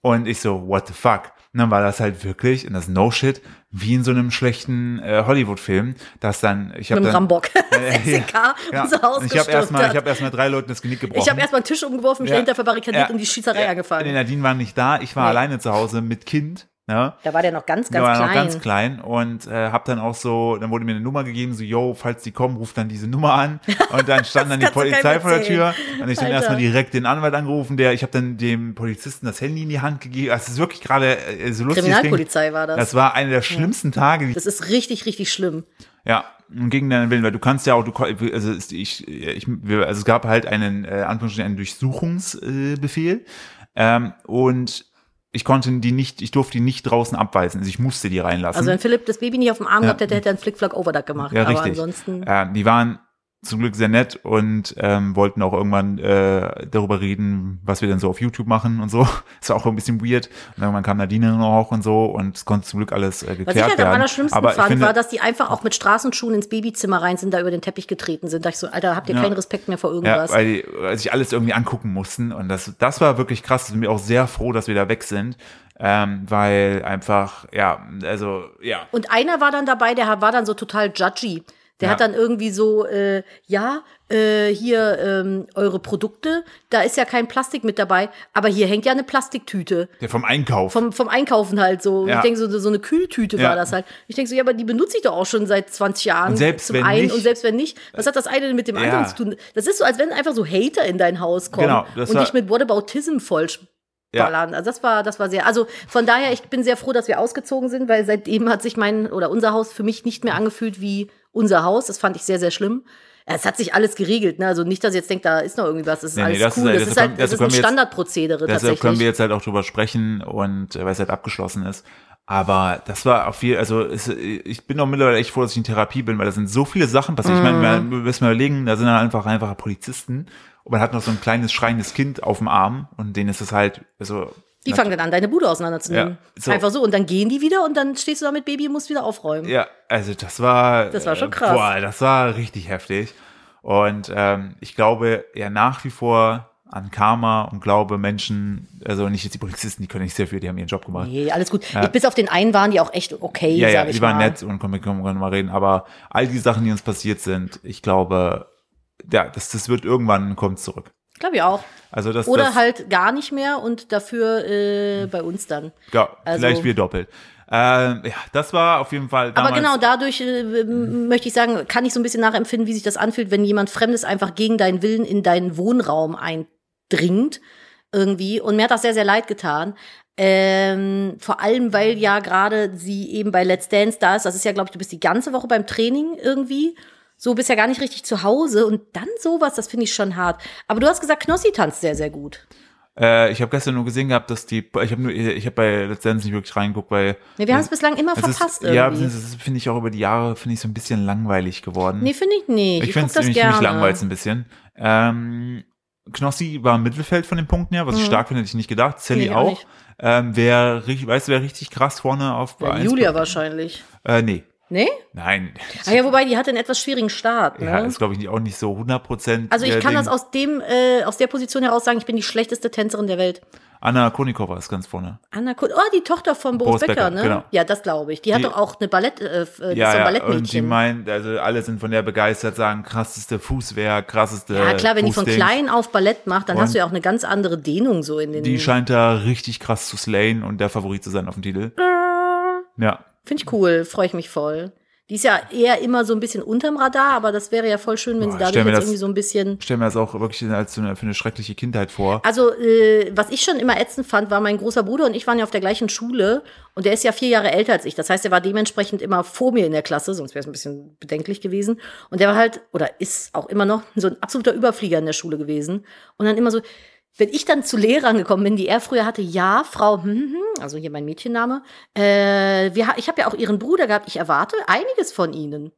Und ich so, what the fuck? Und dann war das halt wirklich, und das No Shit, wie in so einem schlechten äh, Hollywood-Film, dass dann, ich habe
mit
dann.
einem Rambock. SEK unser Haus
Und ich habe
gestürmt
erstmal, ich
hat.
habe erstmal drei Leuten das Genick gebrochen.
Ich habe erstmal einen Tisch umgeworfen, mich
Ja.
dahinter verbarrikadiert
Ja.
und die Schießerei
Nee,
angefangen.
Nadine war nicht da, ich war
Nee.
alleine zu Hause mit Kind. Ne?
Da war der noch ganz,
Wir waren
ganz klein.
noch ganz klein und äh, hab dann auch so, dann wurde mir eine Nummer gegeben, so, yo, falls die kommen, ruft dann diese Nummer an. Und dann stand dann die
kannst du keinem
Polizei vor der Tür
erzählen.
und ich dann
Alter.
erstmal direkt den Anwalt angerufen, der, ich habe dann dem Polizisten das Handy in die Hand gegeben. Also, Es ist wirklich gerade äh, so lustig. es klingt.
Kriminalpolizei war das. das.
Das war einer der schlimmsten Tage, die
ist richtig, richtig schlimm.
ja, und gegen deinen Willen, weil du kannst ja auch, du, ko- also, ist- ich, ich, wir- also es gab halt einen, äh, Anführungsstrichen, einen Durchsuchungsbefehl äh, Befehl. ähm, und ich konnte die nicht, ich durfte die nicht draußen abweisen, also ich musste die reinlassen.
Also wenn Philipp das Baby nicht auf dem Arm
Ja.
gehabt hätte, hätte er einen Flickflack Overduck gemacht.
Ja,
Aber
richtig.
ansonsten,
Ähm, die waren zum Glück sehr nett und ähm, wollten auch irgendwann äh, darüber reden, was wir denn so auf YouTube machen und so. Das war auch ein bisschen weird. Und irgendwann kam Nadine noch auch und so und es konnte zum Glück alles äh, geklärt
was ich halt
werden.
am allerschlimmsten
Aber ich
fand,
finde,
war, dass die einfach auch mit Straßenschuhen ins Babyzimmer rein sind, da über den Teppich getreten sind. Da ich so, Alter, habt ihr
Ja.
keinen Respekt mehr vor
ja,
irgendwas?
weil die weil sich alles irgendwie angucken mussten und das, das war wirklich krass. Ich bin auch sehr froh, dass wir da weg sind, ähm, weil einfach, ja, also, ja.
Und einer war dann dabei, der war dann so total judgy. Der
Ja.
hat dann irgendwie so, äh, ja, äh, hier ähm, eure Produkte, da ist ja kein Plastik mit dabei, aber hier hängt ja eine Plastiktüte.
Der vom Einkauf.
Vom, vom Einkaufen halt so. Und
Ja.
Ich denke, so, so eine Kühltüte
Ja.
war das halt. Ich denke so, ja, aber die benutze ich doch auch schon seit 20 Jahren.
Und selbst
zum
wenn
einen
nicht-
und selbst wenn nicht. Was hat das eine denn mit dem anderen
Ja.
zu tun? Das ist so, als wenn einfach so Hater in dein Haus kommen
Genau, das
und
war-
dich mit Whataboutism voll
Ja.
ballern. Also das war, das war sehr. Also von daher, ich bin sehr froh, dass wir ausgezogen sind, weil seitdem hat sich mein oder unser Haus für mich nicht mehr angefühlt wie unser Haus. Das fand ich sehr, sehr schlimm. Es hat sich alles geregelt, ne? Also nicht, dass ihr jetzt denkt, da ist noch irgendwie was. Das ist
Nee, nee,
alles
das ist
cool.
halt-
das ist
deshalb-
halt, das
deshalb
ist
können
ein
wir jetzt-
Standardprozedere
Deshalb
tatsächlich.
können wir jetzt halt auch drüber sprechen und äh, weil es halt abgeschlossen ist. Aber das war auch viel, also es, ich bin auch mittlerweile echt froh, dass ich in Therapie bin, weil da sind so viele Sachen passiert. Ich
Mhm.
meine, wir müssen mal überlegen, da sind halt einfach einfache Polizisten und man hat noch so ein kleines schreiendes Kind auf dem Arm und denen ist es halt, also
Die fangen dann an, deine Bude auseinanderzunehmen.
Ja, so.
Einfach so. Und dann gehen die wieder und dann stehst du da mit Baby und musst wieder aufräumen.
Ja, also das war.
Das war schon
äh,
krass.
Boah, das war richtig heftig. Und ähm, ich glaube ja nach wie vor an Karma und glaube Menschen, also nicht jetzt die Polizisten, die können nicht sehr viel, die haben ihren Job gemacht.
Nee, alles gut. Bis auf den einen waren die auch echt okay,
ja, ja,
sag ich
die waren
mal.
nett und können können mal reden, aber all die Sachen, die uns passiert sind, ich glaube, ja, das, das wird irgendwann kommt zurück.
Glaube ich auch.
Also das,
Oder
das,
halt gar nicht mehr und dafür äh, bei uns dann.
ja,
also-
vielleicht wir doppelt. Ähm, ja, das war auf jeden Fall.
Aber
damals- Mhm.
genau dadurch äh, m- möchte ich sagen, kann ich so ein bisschen nachempfinden, wie sich das anfühlt, wenn jemand Fremdes einfach gegen deinen Willen in deinen Wohnraum eindringt irgendwie. Und mir hat das sehr, sehr leid getan. Ähm, vor allem, weil ja gerade sie eben bei Let's Dance da ist. Das ist ja, glaube ich, du bist die ganze Woche beim Training irgendwie. So bist ja gar nicht richtig zu Hause und dann sowas, das finde ich schon hart. Aber du hast gesagt, Knossi tanzt sehr, sehr gut.
Äh, ich habe gestern nur gesehen gehabt, dass die, ich habe nur, ich habe bei letztens nicht wirklich reingeguckt, weil
Nee, wir haben es bislang immer
Also es
verpasst
ist, ja,
irgendwie.
das ist, finde ich auch über die Jahre finde ich so ein bisschen langweilig geworden.
nee, finde ich nicht.
ich
Ich,
finde
gucke
es
das
nämlich
gerne.
mich langweilt ein bisschen. Ähm, Knossi war im Mittelfeld von den Punkten her, was ich stark finde, hätte ich nicht gedacht. Sally
Mhm. Nee, auch
auch.
nicht.
Ähm, wer, richtig- weißt du, wer richtig krass vorne auf
Ja, die
eins-
Äh, Julia wahrscheinlich.
Äh, nee,
Nee?
nein.
Ah ja, wobei, die hatte einen etwas schwierigen Start. Ne?
Ja, ist, glaube ich, nicht- auch nicht so 100 Prozent.
also ich kann das aus dem, äh, aus der Position heraus sagen, ich bin die schlechteste Tänzerin der Welt.
Anna Konikova ist ganz vorne.
Anna Kuhl, oh, die Tochter von Boris,
Boris
Becker,
Becker,
ne?
genau.
Ja, das glaube ich. Die, hat
Die-
doch auch eine Ballett, äh, f- äh, die ist
Ja,
so ein
ja, und die
Ballettmädchen.
meint, also alle sind von der begeistert, sagen krasseste Fußwehr, krasseste
ja, klar, wenn die von
Fußding.
klein auf Ballett macht, dann
äh, Und-
hast du ja auch eine ganz andere Dehnung so in den.
Die scheint da richtig krass zu slayen und der Favorit zu sein auf dem Titel. Ja,
Finde ich cool, freue ich mich voll. Die ist ja eher immer so ein bisschen unterm Radar, aber das wäre ja voll schön,
Boah,
wenn sie
ich
dadurch
stell
jetzt
mir das-
irgendwie so ein bisschen.
stell mir das auch wirklich als so eine, für eine schreckliche Kindheit vor.
Also, äh, was ich schon immer ätzend fand, war mein großer Bruder und ich waren ja auf der gleichen Schule und der ist ja vier Jahre älter als ich. Das heißt, er war dementsprechend immer vor mir in der Klasse, sonst wäre es ein bisschen bedenklich gewesen. Und der war halt, oder ist auch immer noch, so ein absoluter Überflieger in der Schule gewesen. Und dann immer so, wenn ich dann zu Lehrern gekommen bin, die er früher hatte, ja, Frau, hm, hm, also hier mein Mädchenname, äh, wir, ha- ich habe ja auch ihren Bruder gehabt, ich erwarte einiges von ihnen.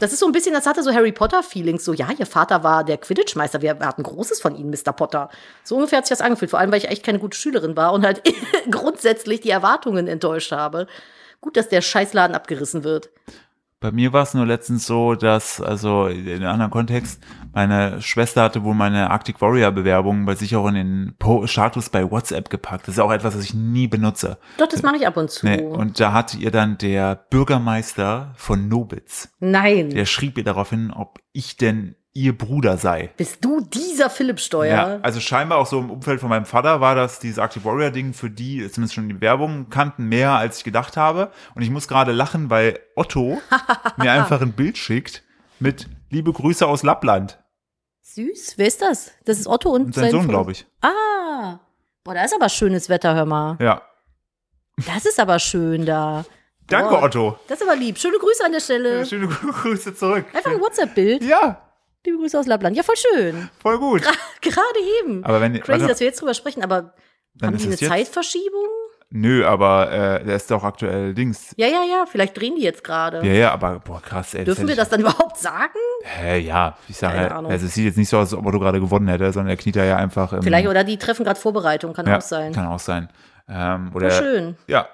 Das ist so ein bisschen, das hatte so Harry Potter-Feelings. So, ja, ihr Vater war der Quidditch-Meister. Wir erwarten Großes von Ihnen, Mr. Potter. So ungefähr hat sich das angefühlt. Vor allem, weil ich echt keine gute Schülerin war und halt grundsätzlich die Erwartungen enttäuscht habe. Gut, dass der Scheißladen abgerissen wird.
Bei mir war es nur letztens so, dass, also in einem anderen Kontext, meine Schwester hatte wohl meine Arctic Warrior-Bewerbung bei sich auch in den po Status bei WhatsApp gepackt. Das ist auch etwas, was ich nie benutze.
Doch, das mache ich ab und zu.
Nee, und da hatte ihr dann der Bürgermeister von Nobitz,
Nein.
der schrieb ihr daraufhin, ob ich denn ihr Bruder sei.
Bist du dieser Philipp Steuer?
also scheinbar auch so im Umfeld von meinem Vater war das dieses Arctic Warrior Ding für die zumindest schon die Werbung kannten mehr als ich gedacht habe und ich muss gerade lachen, weil Otto mir einfach ein Bild schickt mit liebe Grüße aus Lappland
Süß. Wer ist das? Das ist Otto und,
und sein Sohn, glaube ich.
Ah. Boah, da ist aber schönes Wetter, hör mal.
Ja.
Das ist aber schön da.
Danke
Boah.
Otto.
Das ist aber lieb. Schöne Grüße an der Stelle.
Schöne Grüße zurück.
Einfach ein WhatsApp-Bild.
Ja,
Liebe Grüße aus Lappland. Ja, voll schön.
voll gut.
Gerade eben.
Aber wenn
Crazy,
warte,
dass wir jetzt drüber sprechen, aber
Dann
haben
ist
die eine
es jetzt?
Zeitverschiebung?
nö, aber äh, der ist doch aktuell Dings.
Ja, ja, ja, vielleicht drehen die jetzt gerade.
Ja, ja, aber boah krass, ey.
Dürfen wir
hätte
das dann überhaupt sagen?
ich- Hä, ja, ich sage,
Keine
halt,
Ahnung.
also es sieht jetzt nicht so aus, als ob Otto gerade gewonnen hätte, sondern er kniet da ja einfach im,
Vielleicht, oder die treffen gerade Vorbereitung, kann
Mhm. Ja,
auch sein.
Kann auch sein. Ähm, oder,
Voll schön.
Ja.
Ist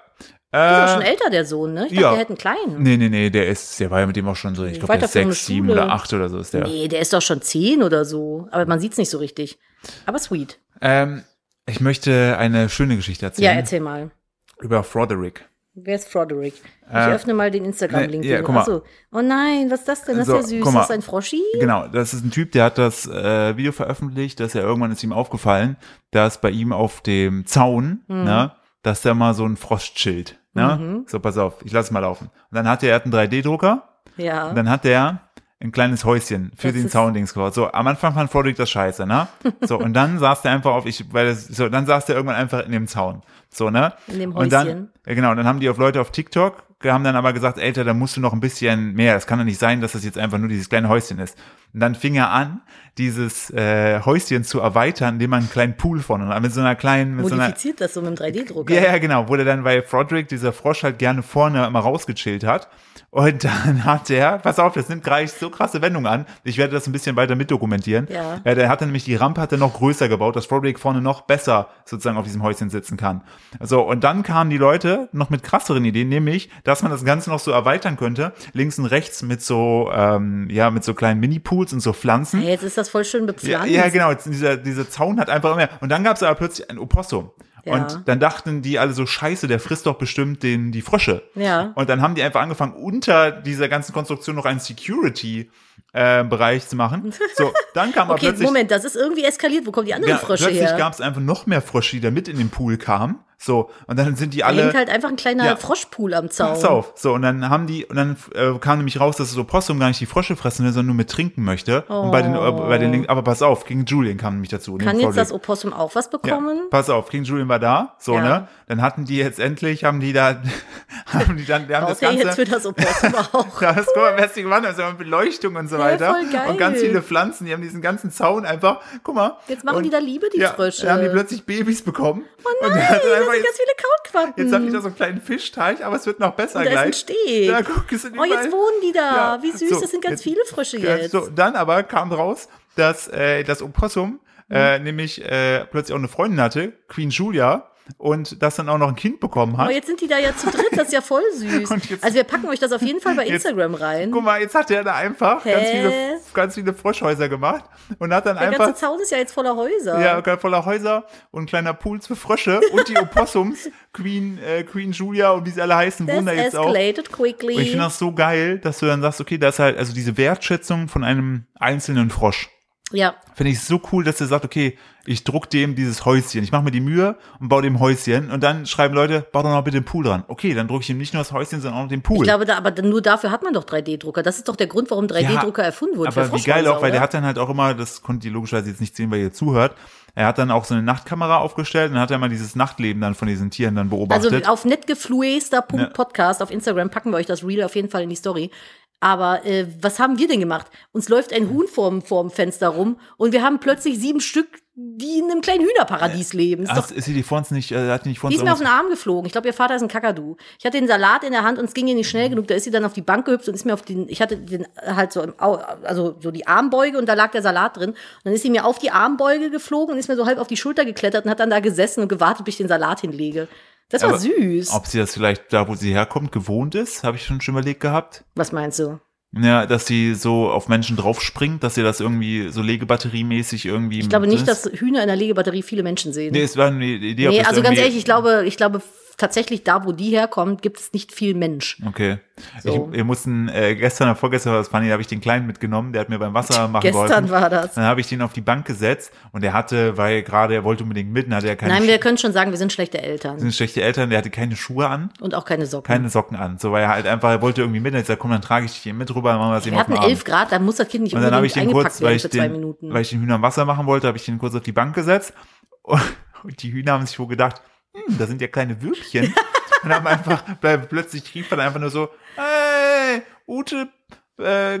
auch schon
Äh,
älter, der Sohn, ne? Ich dachte,
ja.
der hätte einen kleinen.
nee, nee, nee, der ist, der war ja mit dem auch schon so, ich glaube,
Hm, Weiter
der ist sechs,
für eine
sieben
Schule.
oder acht oder so ist der.
Nee, der ist doch schon zehn oder so. Aber man sieht's nicht so richtig. Aber sweet.
Ähm, ich möchte eine schöne Geschichte
Ja,
erzählen.
erzähl mal.
Über Froderick.
Wer ist Froderick? Ich
Äh,
öffne mal den Instagram-Link.
nee, ja,
den-
guck mal.
Achso. Oh nein, was ist das denn? Das
So,
ist ja süß.
guck
Ist
mal.
das ein Froschi?
Genau, das ist ein Typ, der hat das äh, Video veröffentlicht, dass er irgendwann ist ihm aufgefallen, dass bei ihm auf dem Zaun,
Hm.
ne, dass da mal so ein Frost chillt. Ne?
Mhm.
So, pass auf, ich lass mal laufen. Und dann hat er, er hat einen 3D-Drucker
Ja.
Und dann hat der ein kleines Häuschen für
Das
den
ist-
Soundings gebaut. So, am Anfang fand Froderick das scheiße, ne? So, und dann saß der einfach auf, ich, weil das, so, dann saß der irgendwann einfach in dem Zaun. So, ne?
In dem
Und dann,
Häuschen.
ja, genau, und dann haben die auf Leute auf TikTok, haben dann aber gesagt, Alter, da musst du noch ein bisschen mehr. Es kann doch nicht sein, dass das jetzt einfach nur dieses kleine Häuschen ist. Und dann fing er an, dieses äh, Häuschen zu erweitern, indem man einen kleinen Pool von, mit so einer kleinen, mit so einer,
Modifiziert das so mit dem 3D-Drucker.
ja, ja, genau. Wurde dann, weil Froderick, dieser Frosch, halt gerne vorne immer rausgechillt hat. Und dann hat er, pass auf, das nimmt gleich so krasse Wendungen an. Ich werde das ein bisschen weiter mitdokumentieren.
Ja.
Äh, der hatte nämlich die Rampe hat er noch größer gebaut, dass Froderick vorne noch besser sozusagen auf diesem Häuschen sitzen kann. So, und dann kamen die Leute noch mit krasseren Ideen, nämlich, dass man das Ganze noch so erweitern könnte, links und rechts mit so, ähm, ja, mit so kleinen Mini-Pools und so Pflanzen.
Hey, jetzt ist das voll schön
Ja,
bepflanzt.
ja, genau. Jetzt Dieser, dieser Zaun hat einfach immer. Und dann gab es aber plötzlich ein Opossum.
Ja.
Und dann dachten die alle so, scheiße, der frisst doch bestimmt den, die Frösche.
Ja.
Und dann haben die einfach angefangen, unter dieser ganzen Konstruktion noch einen Security-Bereich zu machen. So, dann kam aber
Okay,
plötzlich.
Moment, das ist irgendwie eskaliert. Wo kommen die anderen
Ja,
Frösche
plötzlich
her?
gab es einfach noch mehr Frösche, die da mit in den Pool kamen. So, und dann sind die
Da
alle.
hängt halt einfach ein kleiner
Ja.
Froschpool am Zaun.
Pass auf. So, und dann haben die, und dann äh, kam nämlich raus, dass das Opossum gar nicht die Frosche fressen will, sondern nur mit trinken möchte. Und bei den, äh, bei den Link- aber pass auf, King Julian kam nämlich dazu.
Oh. Kann jetzt das
Opossum
Opossum auch was
ja,
bekommen?
pass auf, King Julian war da, so,
Ja.
ne? Dann hatten die jetzt endlich, haben die da, haben die dann, die haben das
Braucht ihr jetzt für
Ganze.
das Opossum auch.
Da ist, guck mal, wer ist die gewonnen hat, so mit Beleuchtung und so
Ja,
weiter.
voll geil.
Und ganz viele Pflanzen, die haben diesen ganzen Zaun einfach, guck mal.
Jetzt machen
und,
die da Liebe, die
ja,
Frösche.
Dann haben die plötzlich Babys bekommen. Oh und
Nein,
hat
da
dann
sind
einfach
ganz
jetzt,
viele Krautquappen.
jetzt haben die da so einen kleinen Fischteich, aber es wird noch besser
Und da ist
gleich.
ein Steg.
Ja, guck, es sind
oh, jetzt
überall-
wohnen die da.
Ja,
Wie süß,
so,
das sind ganz
jetzt-
viele Frösche
Ja,
jetzt.
So, dann aber kam raus, dass äh, das Opossum
Mhm.
äh, nämlich äh, plötzlich auch eine Freundin hatte, Queen Julia, und das dann auch noch ein Kind bekommen
Aber
hat.
Oh, jetzt sind die da ja zu dritt, das ist ja voll süß.
Und jetzt-
also wir packen euch das auf jeden Fall bei Instagram rein.
Guck mal, jetzt hat er da einfach
Hä?
ganz viele, ganz viele Froschhäuser gemacht und hat dann
Der
einfach
ganze Zaun ist ja jetzt voller Häuser.
ja, ganz voller Häuser und kleiner Pools für Frösche und die Opossums, Queen, äh, Queen Julia und wie sie alle heißen,
Das
wohnen da jetzt auch.
escalated quickly.
Und ich finde das so geil, dass du dann sagst, okay, das ist halt, also diese Wertschätzung von einem einzelnen Frosch.
ja,
Finde ich so cool, dass er sagt, okay, ich druck dem dieses Häuschen. Ich mache mir die Mühe und baue dem Häuschen. Und dann schreiben Leute, bau doch noch bitte den Pool dran. Okay, dann drucke ich ihm nicht nur das Häuschen, sondern auch noch den Pool.
ich glaube, da, aber nur dafür hat man doch 3D-Drucker. Das ist doch der Grund, warum 3D-Drucker
Ja,
erfunden wurden.
Aber
für
wie geil
Froschhäuser,
auch, weil der
oder?
hat dann halt auch immer, das konnte die logischerweise jetzt nicht sehen, weil ihr zuhört, er hat dann auch so eine Nachtkamera aufgestellt und hat dann mal dieses Nachtleben dann von diesen Tieren dann
Also
beobachtet.
auf netgefluester.podcast auf Instagram packen wir euch das Reel auf jeden Fall in die Story. Aber äh, was haben wir denn gemacht? Uns läuft ein Huhn vorm, vorm Fenster rum und wir haben plötzlich sieben Stück, die in einem kleinen Hühnerparadies leben. Ist doch,
Äh, Hast, ist sie die vor uns nicht, äh, hat die nicht vor
die
uns
ist mir auf
irgendwas-
den Arm geflogen. Ich glaube, ihr Vater ist ein Kakadu. Ich hatte den Salat in der Hand und es ging ihr nicht schnell genug. Da ist sie dann auf die Bank gehüpft und ist mir auf den, ich hatte den halt so im Au, also so die Armbeuge und da lag der Salat drin. Und dann ist sie mir auf die Armbeuge geflogen und ist mir so halb auf die Schulter geklettert und hat dann da gesessen und gewartet, bis ich den Salat hinlege. Das war
Aber
süß.
Ob sie das vielleicht da, wo sie herkommt, gewohnt ist, habe ich schon schon überlegt gehabt.
Was meinst du?
Ja, dass sie so auf Menschen draufspringt, dass sie das irgendwie so legebatteriemäßig irgendwie.
Ich glaube nicht, dass Hühner in der Legebatterie viele Menschen
Hm,
sehen.
Nee,
Hm? Nee,
es war eine Idee. ob das
also ganz
irgendwie-
ehrlich, ich glaube, ich glaube f- tatsächlich, da wo die herkommt, gibt es nicht viel Mensch.
Okay.
So.
Ich, wir mussten äh, gestern oder vorgestern war das funny, da habe ich den Kleinen mitgenommen, der hat mir beim Wasser machen
Gestern
geholfen.
war das.
Dann habe ich den auf die Bank gesetzt und er hatte, weil gerade er wollte unbedingt mit, und hatte er keine
Nein,
Schu-
wir können schon sagen, wir sind schlechte Eltern
sind schlechte Eltern, der hatte keine Schuhe an,
und auch keine Socken.
keine Socken an. So, weil er halt einfach, er wollte irgendwie mit, und ich gesagt, komm, dann trage ich dich hier mit rüber, dann machen wir das eben
wir
auf
hatten
dem Abend.
11 Grad, dann muss das Kind nicht
Und dann habe ich
unbedingt
den
eingepackt
kurz, weil
werden
ich
für zwei
den,
Minuten.
weil ich den Hühnern Wasser machen wollte, habe ich den kurz auf die Bank gesetzt. Und und die Hühner haben sich wohl gedacht, hm, da sind ja kleine Würmchen. und haben einfach, bleib, plötzlich rief man einfach nur so, hey, Ute, äh, äh,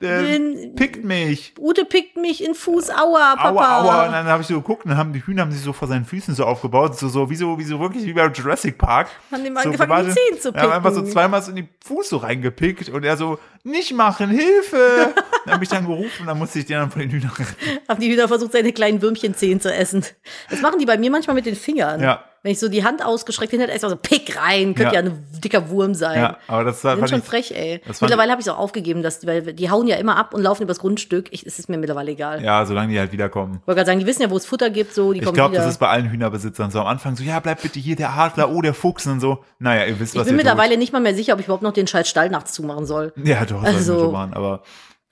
Bin-
pickt mich.
Ute pickt mich in Fuß, aua, Papa.
Aua, aua. Und dann habe ich so geguckt und dann haben die Hühner haben sich so vor seinen Füßen so aufgebaut, so, so, wie so, wie so wirklich wie bei Jurassic Park.
Haben dem
so
angefangen, die
gewartet.
Zehen zu
Ja, Haben einfach so
picken.
zweimal so in die Fuß so reingepickt und er so, nicht machen, Hilfe. dann habe ich dann gerufen und dann musste ich den dann von den Hühnern retten.
Haben die Hühner versucht, seine kleinen Würmchenzehen zu essen. Das machen die bei mir manchmal mit den Fingern.
Ja.
Wenn ich so die Hand ausgestreckt hinhalte, ist auch so pick rein, könnte
Ja.
ja, ein dicker Wurm sein.
Ja, aber das war,
Die sind
fand
schon
ich,
frech, ey.
das fand
Mittlerweile habe ich es auch aufgegeben, dass, weil die hauen ja immer ab und laufen übers Grundstück. Ich, es ist mir mittlerweile egal.
ja, solange die halt wiederkommen.
Ich wollte gerade sagen, die wissen ja, wo es Futter gibt, so, die
Ich
kommen
glaube,
wieder.
das ist bei allen Hühnerbesitzern so am Anfang so, ja, bleibt bitte hier der Adler, oh, der Fuchs und so. Naja, ihr wisst,
ich
was
bin
ihr
mittlerweile nicht mal mehr sicher, ob ich überhaupt noch den scheiß Stall nachts zumachen soll.
tut. Ja, doch, das
Also-
also, machen, aber,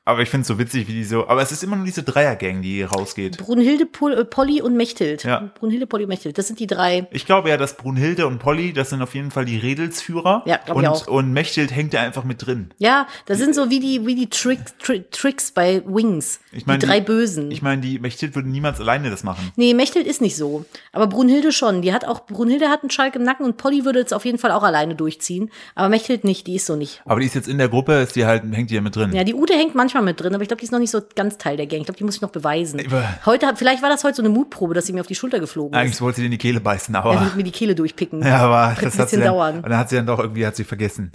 aber ich finde es so witzig, wie die so, aber es ist immer nur diese Dreiergang, die rausgeht.
Brunhilde, Pol, äh, Polly und Mechthild.
Ja.
Brunhilde, Polly und Mechthild. Das sind die drei.
Ich glaube ja, dass Brunhilde und Polly, das sind auf jeden Fall die Redelsführer.
Ja, glaub
und,
ich auch.
Und Mechthild hängt da einfach mit drin.
Ja, das sind so wie die, wie die Trick, Tri- Tricks bei Wings.
Ich meine,
die drei Bösen.
Ich meine, die Mechthild würde niemals alleine das machen.
Nee, Mechthild ist nicht so. Aber Brunhilde schon. Die hat auch, Brunhilde hat einen Schalk im Nacken und Polly würde es auf jeden Fall auch alleine durchziehen. Aber Mechthild nicht, die ist so nicht.
Aber die ist jetzt in der Gruppe, ist die halt, hängt die ja mit drin.
Ja, die Ute hängt manchmal mit drin, aber ich glaube, die ist noch nicht so ganz Teil der Gang. Ich glaube, die muss ich noch beweisen.
Über-
Heute, hat- vielleicht war das heute so eine Mutprobe, dass sie mir auf die Schulter geflogen ist.
Eigentlich wollte sie dir in die Kehle beißen,
Ja,
aber,
wird mir die Kehle durchpicken.
Oh. ja, aber
Wird
das
ein
hat sie
bisschen
dann,
dauern.
und dann hat sie dann doch irgendwie, hat sie vergessen.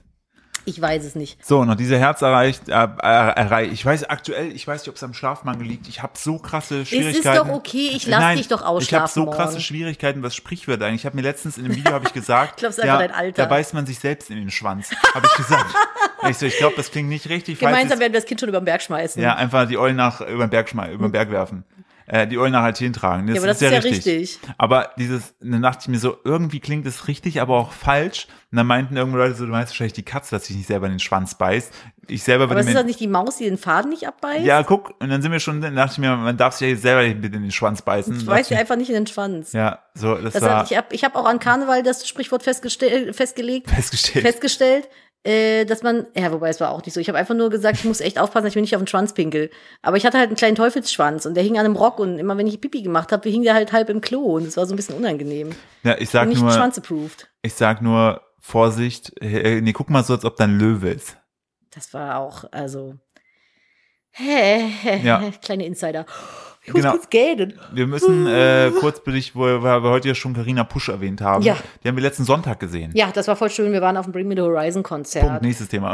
Ich weiß es nicht.
So, und noch diese Herz erreicht, äh, er- erreicht. Ich weiß aktuell, ich weiß nicht, ob es am Schlafmangel liegt. Ich habe so krasse Schwierigkeiten.
doch okay, ich lass
Nein,
dich doch
Ich habe
ausschlafen
so krasse
morgen.
Schwierigkeiten, was Sprichwörter eigentlich. Ich habe mir letztens in einem Video habe ich gesagt,
glaub, es ist einfach dein Alter.
da beißt man sich selbst in den Schwanz, habe ich gesagt. ich so, ich glaube, das klingt nicht richtig. falls
Gemeinsam
es-
werden wir das Kind schon über den Berg schmeißen.
ja, einfach die Eulen nach über den Berg schmeißen, über den Berg werfen. äh, die Eulen nach Athen tragen. Das,
Ja, aber das ist ja richtig.
Aber dieses, dann dachte ich mir so, irgendwie klingt es richtig, aber auch falsch. Und dann meinten irgendwo Leute so, du meinst wahrscheinlich die Katze, dass sich nicht selber in den Schwanz beißt. Ich selber
Aber
würde
ist das
mir.
nicht die Maus, die den Faden nicht abbeißt?
Ja, guck, und dann sind wir schon, dann dachte ich mir, man darf sich ja selber nicht mit in den Schwanz beißen.
Ich weiß
Dachte
ja einfach nicht in den Schwanz.
ja, so, das,
Das
war
hat, ich habe ich hab auch an Karneval das Sprichwort festgestell, festgelegt,
festgestellt.
festgestellt, äh, dass man, ja, wobei es war auch nicht so. Ich habe einfach nur gesagt, ich muss echt aufpassen, dass ich mir nicht auf den Schwanz pinkel. Aber ich hatte halt einen kleinen Teufelsschwanz und der hing an einem Rock und immer wenn ich Pipi gemacht habe, hing der halt halb im Klo und es war so ein bisschen unangenehm.
ja, ich
Und
sag
nicht
nur,
schwanz-approved.
ich sag nur, Vorsicht, äh, nee, guck mal so, als ob da ein Löwe ist.
Das war auch, also. Hä, hä,
Ja.
hä, kleine Insider. Ich
Genau.
muss kurz gelten.
Wir müssen äh, kurz berichten, wo wir weil wir heute ja schon Carina Pusch erwähnt haben.
Ja.
Die haben wir letzten Sonntag gesehen.
Ja, das war voll schön. Wir waren auf dem Bring Me the Horizon Konzert.
Punkt, nächstes Thema.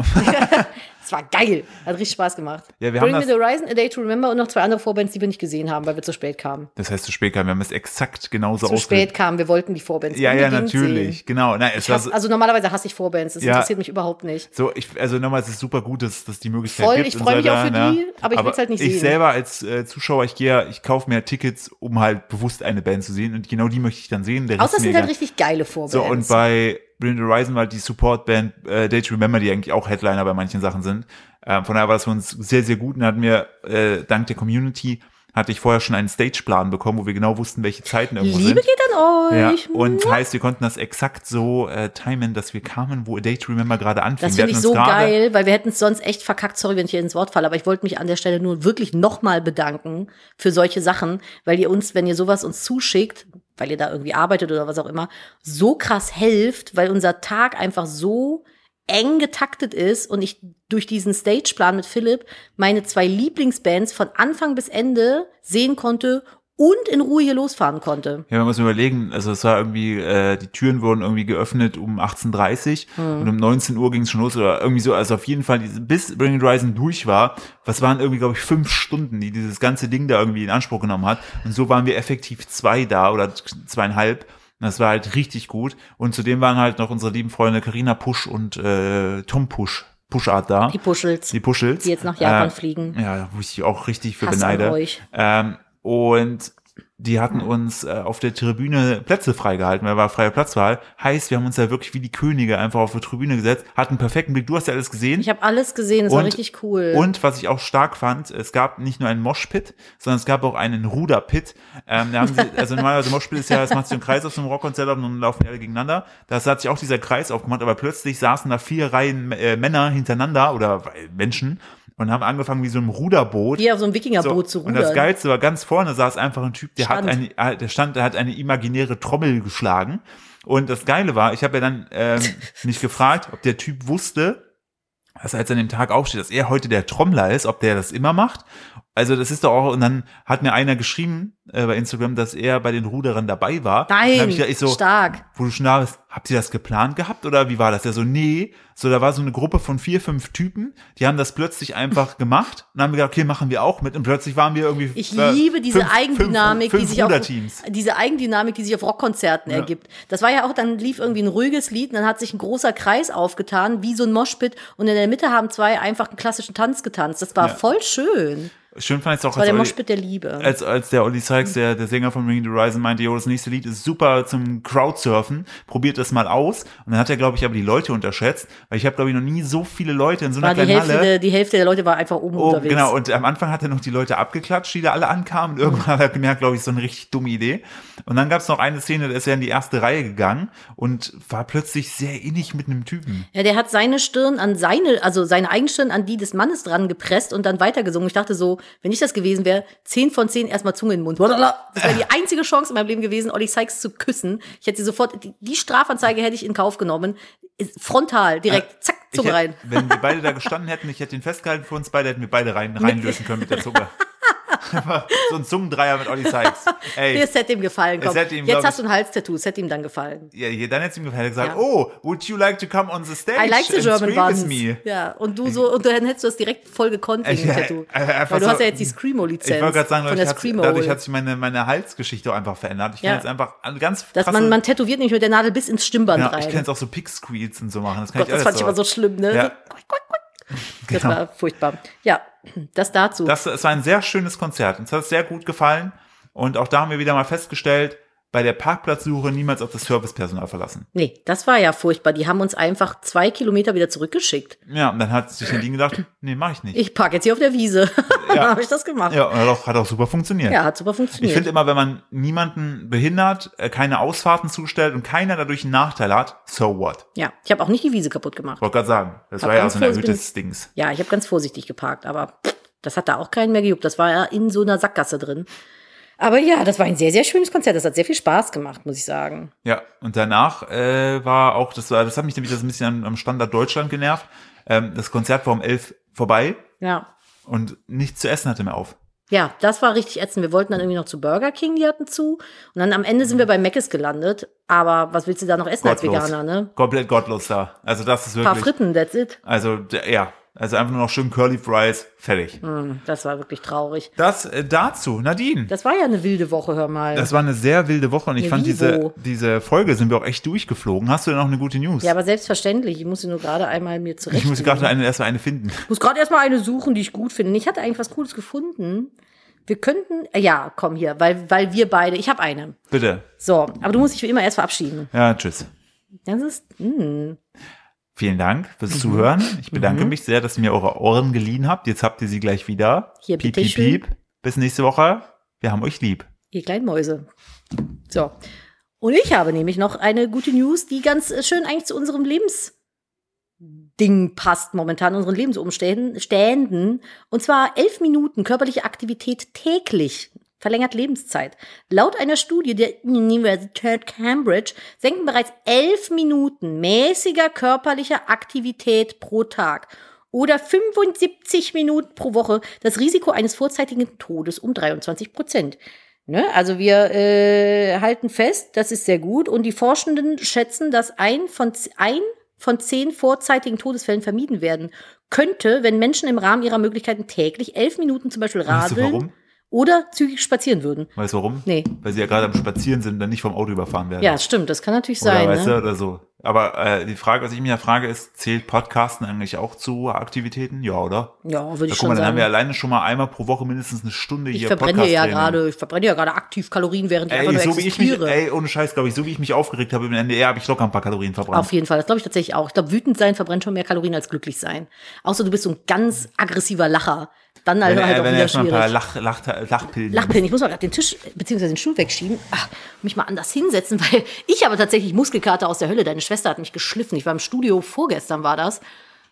Es war geil. Hat richtig Spaß gemacht.
Ja, wir
Bring
haben
Me
das-
the Horizon, A Day to Remember und noch zwei andere Vorbands, die wir nicht gesehen haben, weil wir zu spät kamen.
Das heißt zu spät kam. Wir haben es exakt genauso
Zu
ausge-
spät kamen, wir wollten die Vorbands
Ja, ja,
unbedingt
natürlich.
Sehen.
Genau. Nein, es
Ich
war
hasse,
so,
also normalerweise hasse ich Vorbands, das
Ja.
interessiert mich überhaupt nicht.
so ich, also nochmal, es ist super gut, dass dass die Möglichkeit
Voll,
gibt.
ich
und
freu mich
so
auch für
weiter,
die,
ne?
aber ich will's halt nicht
ich
sehen.
selber als äh, Zuschauer, ich gehe, ja- ich kaufe mir Tickets, um halt bewusst eine Band zu sehen und genau die möchte ich dann sehen. Der Rest
Außer
ist
es
mir
sind halt
egal.
richtig geile Vorbands.
So, und bei Bring the Horizon war halt die Support-Band äh, Day to Remember, die eigentlich auch Headliner bei manchen Sachen sind. Ähm, von daher war das für uns sehr, sehr gut und hatten wir, äh, dank der Community, hatte ich vorher schon einen Stageplan bekommen, wo wir genau wussten, welche Zeiten irgendwo
Liebe
sind.
geht an
Ja,
euch.
und heißt, wir konnten das exakt so äh, timen, dass wir kamen, wo A Day to Remember gerade anfing.
Das
wir
finde ich
hatten
so
uns gerade-
geil, weil wir hätten es sonst echt verkackt. Sorry, wenn ich hier ins Wort falle, aber ich wollte mich an der Stelle nur wirklich nochmal bedanken für solche Sachen, weil ihr uns, wenn ihr sowas uns zuschickt, weil ihr da irgendwie arbeitet oder was auch immer, so krass helft, weil unser Tag einfach so eng getaktet ist und ich durch diesen Stageplan mit Philipp meine zwei Lieblingsbands von Anfang bis Ende sehen konnte und in Ruhe hier losfahren konnte.
Ja, man muss überlegen, also es war irgendwie, äh, die Türen wurden irgendwie geöffnet um 18.30 Uhr und um 19 Uhr ging es schon los oder irgendwie so, also auf jeden Fall, diese, bis Bring It Rising durch war, was waren irgendwie, glaube ich, fünf Stunden, die dieses ganze Ding da irgendwie in Anspruch genommen hat und so waren wir effektiv zwei da oder zweieinhalb und das war halt richtig gut und zudem waren halt noch unsere lieben Freunde Karina Pusch und äh, Tom Pusch, Puschart da,
Die
die,
Puschels, die,
Puschels.
jetzt nach Japan
Äh,
fliegen.
ja, wo ich die auch richtig für
Hass an
beneide.
euch.
Ähm, und die hatten uns äh, auf der Tribüne Plätze freigehalten, weil war freie Platzwahl. Heißt, wir haben uns da wirklich wie die Könige einfach auf die Tribüne gesetzt, hatten einen perfekten Blick. Du hast ja alles gesehen.
Ich habe alles gesehen, das war
Und-
richtig cool.
und was ich auch stark fand, es gab nicht nur einen Moshpit, sondern es gab auch einen Ruderpit. Ähm, da haben sie, also normalerweise Moshpit ist ja, es macht sich einen Kreis auf so einem Rockkonzert und dann laufen die alle gegeneinander. Da hat sich auch dieser Kreis aufgemacht, aber plötzlich saßen da vier Reihen äh, Männer hintereinander oder äh, Menschen und haben angefangen wie so ein Ruderboot.
wie auf so einem Wikingerboot zu
So,
rudern.
und das Geilste war, ganz vorne saß einfach ein Typ, der hat
Stand.
eine, äh, der stand, der hat eine imaginäre Trommel geschlagen. Und das Geile war, ich habe ja dann ähm, mich gefragt, ob der Typ wusste, dass er jetzt an dem Tag aufsteht, dass er heute der Trommler ist, ob der das immer macht. Also das ist doch auch, und dann hat mir einer geschrieben äh, bei Instagram, dass er bei den Ruderern dabei war. Dann hab
Nein,
ich, gedacht, ich so,
stark.
wo du schon da bist, habt ihr das geplant gehabt oder wie war das? Ja, so, nee. So, da war so eine Gruppe von vier, fünf Typen, die haben das plötzlich einfach gemacht und haben gesagt, okay, machen wir auch mit und plötzlich waren wir irgendwie.
Ich
äh,
liebe diese
fünf-
Eigendynamik,
fünf,
die
fünf
sich auf,
Ruderteams.
diese Eigendynamik, die sich auf Rockkonzerten
Ja.
ergibt. Das war ja auch, dann lief irgendwie ein ruhiges Lied und dann hat sich ein großer Kreis aufgetan, wie so ein Moshpit und in der Mitte haben zwei einfach einen klassischen Tanz getanzt. Das war
Ja.
voll schön.
Schön fand ich es auch,
Das war der
als, Olli,
Moshpit Mhm. der Liebe.
als, als der Olli Sykes, der, der Sänger von Ring the Horizon, meinte, jo, das nächste Lied ist super zum Crowdsurfen, probiert das mal aus. Und dann hat er, glaube ich, aber die Leute unterschätzt, weil ich habe, glaube ich, noch nie so viele Leute in so einer
war die,
kleinen
Hälfte
Halle.
der, die Hälfte der Leute war einfach oben
Oh,
unterwegs.
genau, und am Anfang hat er noch die Leute abgeklatscht, die da alle ankamen. Und irgendwann hat er gemerkt, glaube ich, so eine richtig dumme Idee. Und dann gab es noch eine Szene, da ist er in die erste Reihe gegangen und war plötzlich sehr innig mit einem Typen.
Ja, der hat seine Stirn an seine, also seine eigene Stirn an die des Mannes dran gepresst und dann weitergesungen. Ich dachte so, wenn ich das gewesen wäre, 10 von 10 erstmal Zunge in den Mund. Blablabla. Das wäre die einzige Chance in meinem Leben gewesen, Olli Sykes zu küssen. Ich hätte sie sofort, die, die Strafanzeige hätte ich in Kauf genommen. Ist Frontal, direkt, zack,
Ah, Ich
Zunge rein.
hätte, wenn wir beide da gestanden hätten, ich hätte ihn festgehalten für uns beide, hätten wir beide rein, reinlösen können mit der Zunge. so ein Zungendreier mit Olli Sykes. Ey,
Das hätte ihm gefallen, komm.
Es hätte ihm, glaub
Jetzt
ich-
hast du ein Halstattoo, es hätte ihm dann gefallen.
ja, ja, dann hätte es ihm gefallen. Er hat gesagt,
Ja.
oh, would you like to come on the stage
I like the
and
German
scream
ones.
with me?
Ja, und du so, und dann hättest du das direkt voll gekonnt wegen dem
Ja,
Tattoo.
äh, einfach
Weil du
so-
hast ja jetzt die
Ich
Screamo-Lizenz.
wollte gerade sagen,
von
dadurch
der
hat,
Screamo.
dadurch hat sich meine, meine Halsgeschichte auch einfach verändert. Ich kann
Ja.
jetzt einfach ganz
Dass
krasse-
man, man tätowiert nämlich mit der Nadel bis ins Stimmband
Genau,
rein.
ich kann jetzt auch so Pick-Squeals und so machen. Das kann
Gott,
ich
ne? das
alles
fand ich
so.
immer so schlimm, ne?
Ja.
Das
Genau.
war furchtbar. Ja, das dazu.
Das, es war ein sehr schönes Konzert. Uns hat es sehr gut gefallen. Und auch da haben wir wieder mal festgestellt, bei der Parkplatzsuche niemals auf das Servicepersonal verlassen.
Nee, das war ja furchtbar. Die haben uns einfach zwei Kilometer wieder zurückgeschickt.
Ja, und dann hat sich Nadine gedacht, nee, mach ich nicht.
Ich parke jetzt hier auf der Wiese. dann habe ich das gemacht.
Ja, und hat auch, hat auch super funktioniert.
Ja, hat super
Ich
funktioniert.
finde immer, wenn man niemanden behindert, äh, keine Ausfahrten zustellt und keiner dadurch einen Nachteil hat, so what?
ja, ich habe auch nicht die Wiese kaputt gemacht.
Wollte gerade sagen, das
Hab
war ja
ganz
so ein
vorsichtig-
erhöhtes Dings.
Ja, ich habe ganz vorsichtig geparkt, aber pff, das hat da auch keinen mehr gejuckt. Das war ja in so einer Sackgasse drin. Aber ja, das war ein sehr, sehr schönes Konzert. Das hat sehr viel Spaß gemacht, muss ich sagen.
Ja, und danach äh, war auch, das, war, das hat mich nämlich das ein bisschen am, am Standard Deutschland genervt. Ähm, das Konzert war um elf vorbei
Ja.
und nichts zu essen hatte mehr auf.
Ja, das war richtig ätzend. Wir wollten dann irgendwie noch zu Burger King, die hatten zu. Und dann am Ende sind wir bei Mc's gelandet. Aber was willst du da noch essen
Mhm. Gottlos.
als Veganer, ne?
Komplett gottlos da. Also das ist
Ein paar
wirklich.
Fritten, that's it.
Also d- ja, also einfach nur noch schön Curly Fries, fertig.
Hm, das war wirklich traurig.
Das äh, dazu, Nadine.
Das war ja eine wilde Woche, hör mal.
Das war eine sehr wilde Woche und ich
Eine
fand diese,
Vivo.
diese Folge sind wir auch echt durchgeflogen. Hast du denn noch eine gute News?
ja, aber ne? selbstverständlich. Ich musste nur gerade einmal mir zurecht.
ich muss gerade eine, erst mal eine finden.
muss gerade erstmal eine suchen, die ich gut finde. Ich hatte eigentlich was Cooles gefunden. Wir könnten, äh, ja, komm hier, weil, weil wir beide, ich habe eine.
Bitte.
So, aber du musst dich wie immer erst verabschieden.
Ja, tschüss.
Das ist, hm,
Vielen Dank fürs
Mhm.
Zuhören. Ich bedanke mich sehr, dass ihr mir eure Ohren geliehen habt. Jetzt habt ihr sie gleich wieder.
Hier,
piep, piep,
bitteschön.
piep. Bis nächste Woche. Wir haben euch lieb.
ihr kleinen Mäuse. So. Und ich habe nämlich noch eine gute News, die ganz äh, schön eigentlich zu unserem Lebensding passt momentan, unseren Lebensumständen. Ständen. Und zwar elf Minuten körperliche Aktivität täglich verlängert Lebenszeit. Laut einer Studie der Universität Cambridge senken bereits elf Minuten mäßiger körperlicher Aktivität pro Tag oder 75 Minuten pro Woche das Risiko eines vorzeitigen Todes um 23 Prozent. Ne? Also wir äh, halten fest, das ist sehr gut. Und die Forschenden schätzen, dass ein von, z- ein von zehn vorzeitigen Todesfällen vermieden werden könnte, wenn Menschen im Rahmen ihrer Möglichkeiten täglich elf Minuten zum Beispiel
Weißt du
radeln
warum?
oder zügig spazieren würden.
Weißt du warum?
Nee.
Weil sie ja gerade am Spazieren sind und dann nicht vom Auto überfahren werden.
Ja, das stimmt, das kann natürlich
oder
sein.
weißt du,
Ne?
oder so. Aber äh, die Frage, was ich mir ja frage, ist, zählt Podcasten eigentlich auch zu Aktivitäten? Ja, oder?
Ja, würde
Ja,
ich
guck mal,
schon
dann haben wir
sagen.
alleine schon mal einmal pro Woche mindestens eine Stunde
Ich
hier
verbrenne ja
Podcast-Training.
gerade, ich verbrenne ja gerade aktiv Kalorien, während ich einfach
Ey,
nur
so wie ich mich,
existiere.
ey, ohne Scheiß, glaube ich, so wie ich mich aufgeregt habe im NDR, habe ich locker ein paar Kalorien verbrannt.
Auf jeden Fall, das glaube ich tatsächlich auch. Ich glaube, wütend sein verbrennt schon mehr Kalorien als glücklich sein. Außer du bist so ein ganz aggressiver Lacher. Dann
wenn
also
er,
halt auch
wenn er
wieder
erstmal ein paar
schwierig.
Lach, Lach, Lachpillen
Lachpillen, ich muss mal gerade den Tisch bzw. den Stuhl wegschieben ach, und mich mal anders hinsetzen, weil ich habe tatsächlich Muskelkater aus der Hölle. Deine Schwester hat mich geschliffen. Ich war im Studio, vorgestern war das.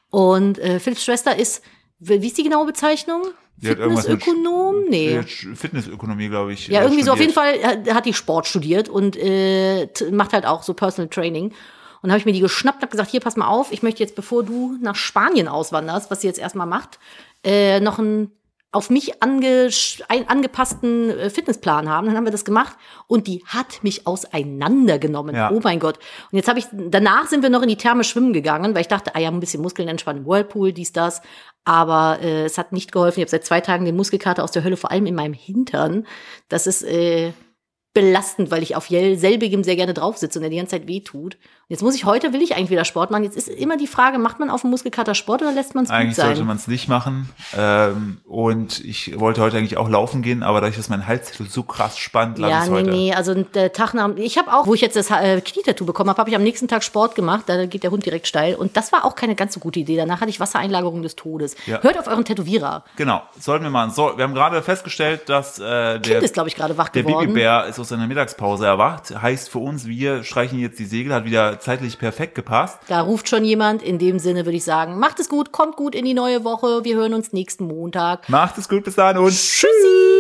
Und äh, Philipps Schwester ist, wie wie ist die genaue Bezeichnung?
Die hat irgendwas mit
Fitnessökonom? Nee.
Sch- äh, Fitnessökonomie, glaube ich.
Ja,
äh,
irgendwie so auf jeden
studiert.
Fall hat- hat die Sport studiert und äh, t- macht halt auch so Personal Training. Und habe ich mir die geschnappt und habe gesagt, hier, pass mal auf, ich möchte jetzt, bevor du nach Spanien auswanderst, was sie jetzt erstmal macht, äh, noch einen auf mich ange ein, angepassten äh, Fitnessplan haben. Dann haben wir das gemacht und die hat mich auseinandergenommen.
Ja.
Oh mein Gott. Und jetzt habe ich, danach sind wir noch in die Therme schwimmen gegangen, weil ich dachte, ah ja, ein bisschen Muskeln entspannen, Whirlpool, dies, das. Aber äh, es hat nicht geholfen. Ich habe seit zwei Tagen den Muskelkater aus der Hölle, vor allem in meinem Hintern. Das ist äh, belastend, weil ich auf jel- selbigem sehr gerne drauf sitze und der die ganze Zeit wehtut. Und jetzt muss ich heute, will ich eigentlich wieder Sport machen. Jetzt ist immer die Frage, macht man auf dem Muskelkater Sport oder lässt man es gut
Eigentlich sollte
sein?
man es nicht machen. Ähm, und ich wollte heute eigentlich auch laufen gehen, aber dadurch, dass mein Hals so krass spannt, lande
Ja,
ich
nee,
heute.
nee, also der Tag nach, ich habe auch, wo ich jetzt das äh, Knietattoo bekommen habe, habe ich am nächsten Tag Sport gemacht, da geht der Hund direkt steil und das war auch keine ganz so gute Idee. Danach hatte ich Wassereinlagerung des Todes.
Ja.
Hört auf euren Tätowierer.
Genau, sollten wir machen. So, wir haben gerade festgestellt, dass äh, der,
Kind ist, glaube ich, gerade wach
der
geworden.
Babybär ist aus seiner Mittagspause erwacht. Heißt für uns, wir streichen jetzt die Segel, hat wieder zeitlich perfekt gepasst.
Da ruft schon jemand. In dem Sinne würde ich sagen, macht es gut, kommt gut in die neue Woche. Wir hören uns nächsten Montag.
Macht es gut, bis dann und
Tschüssi!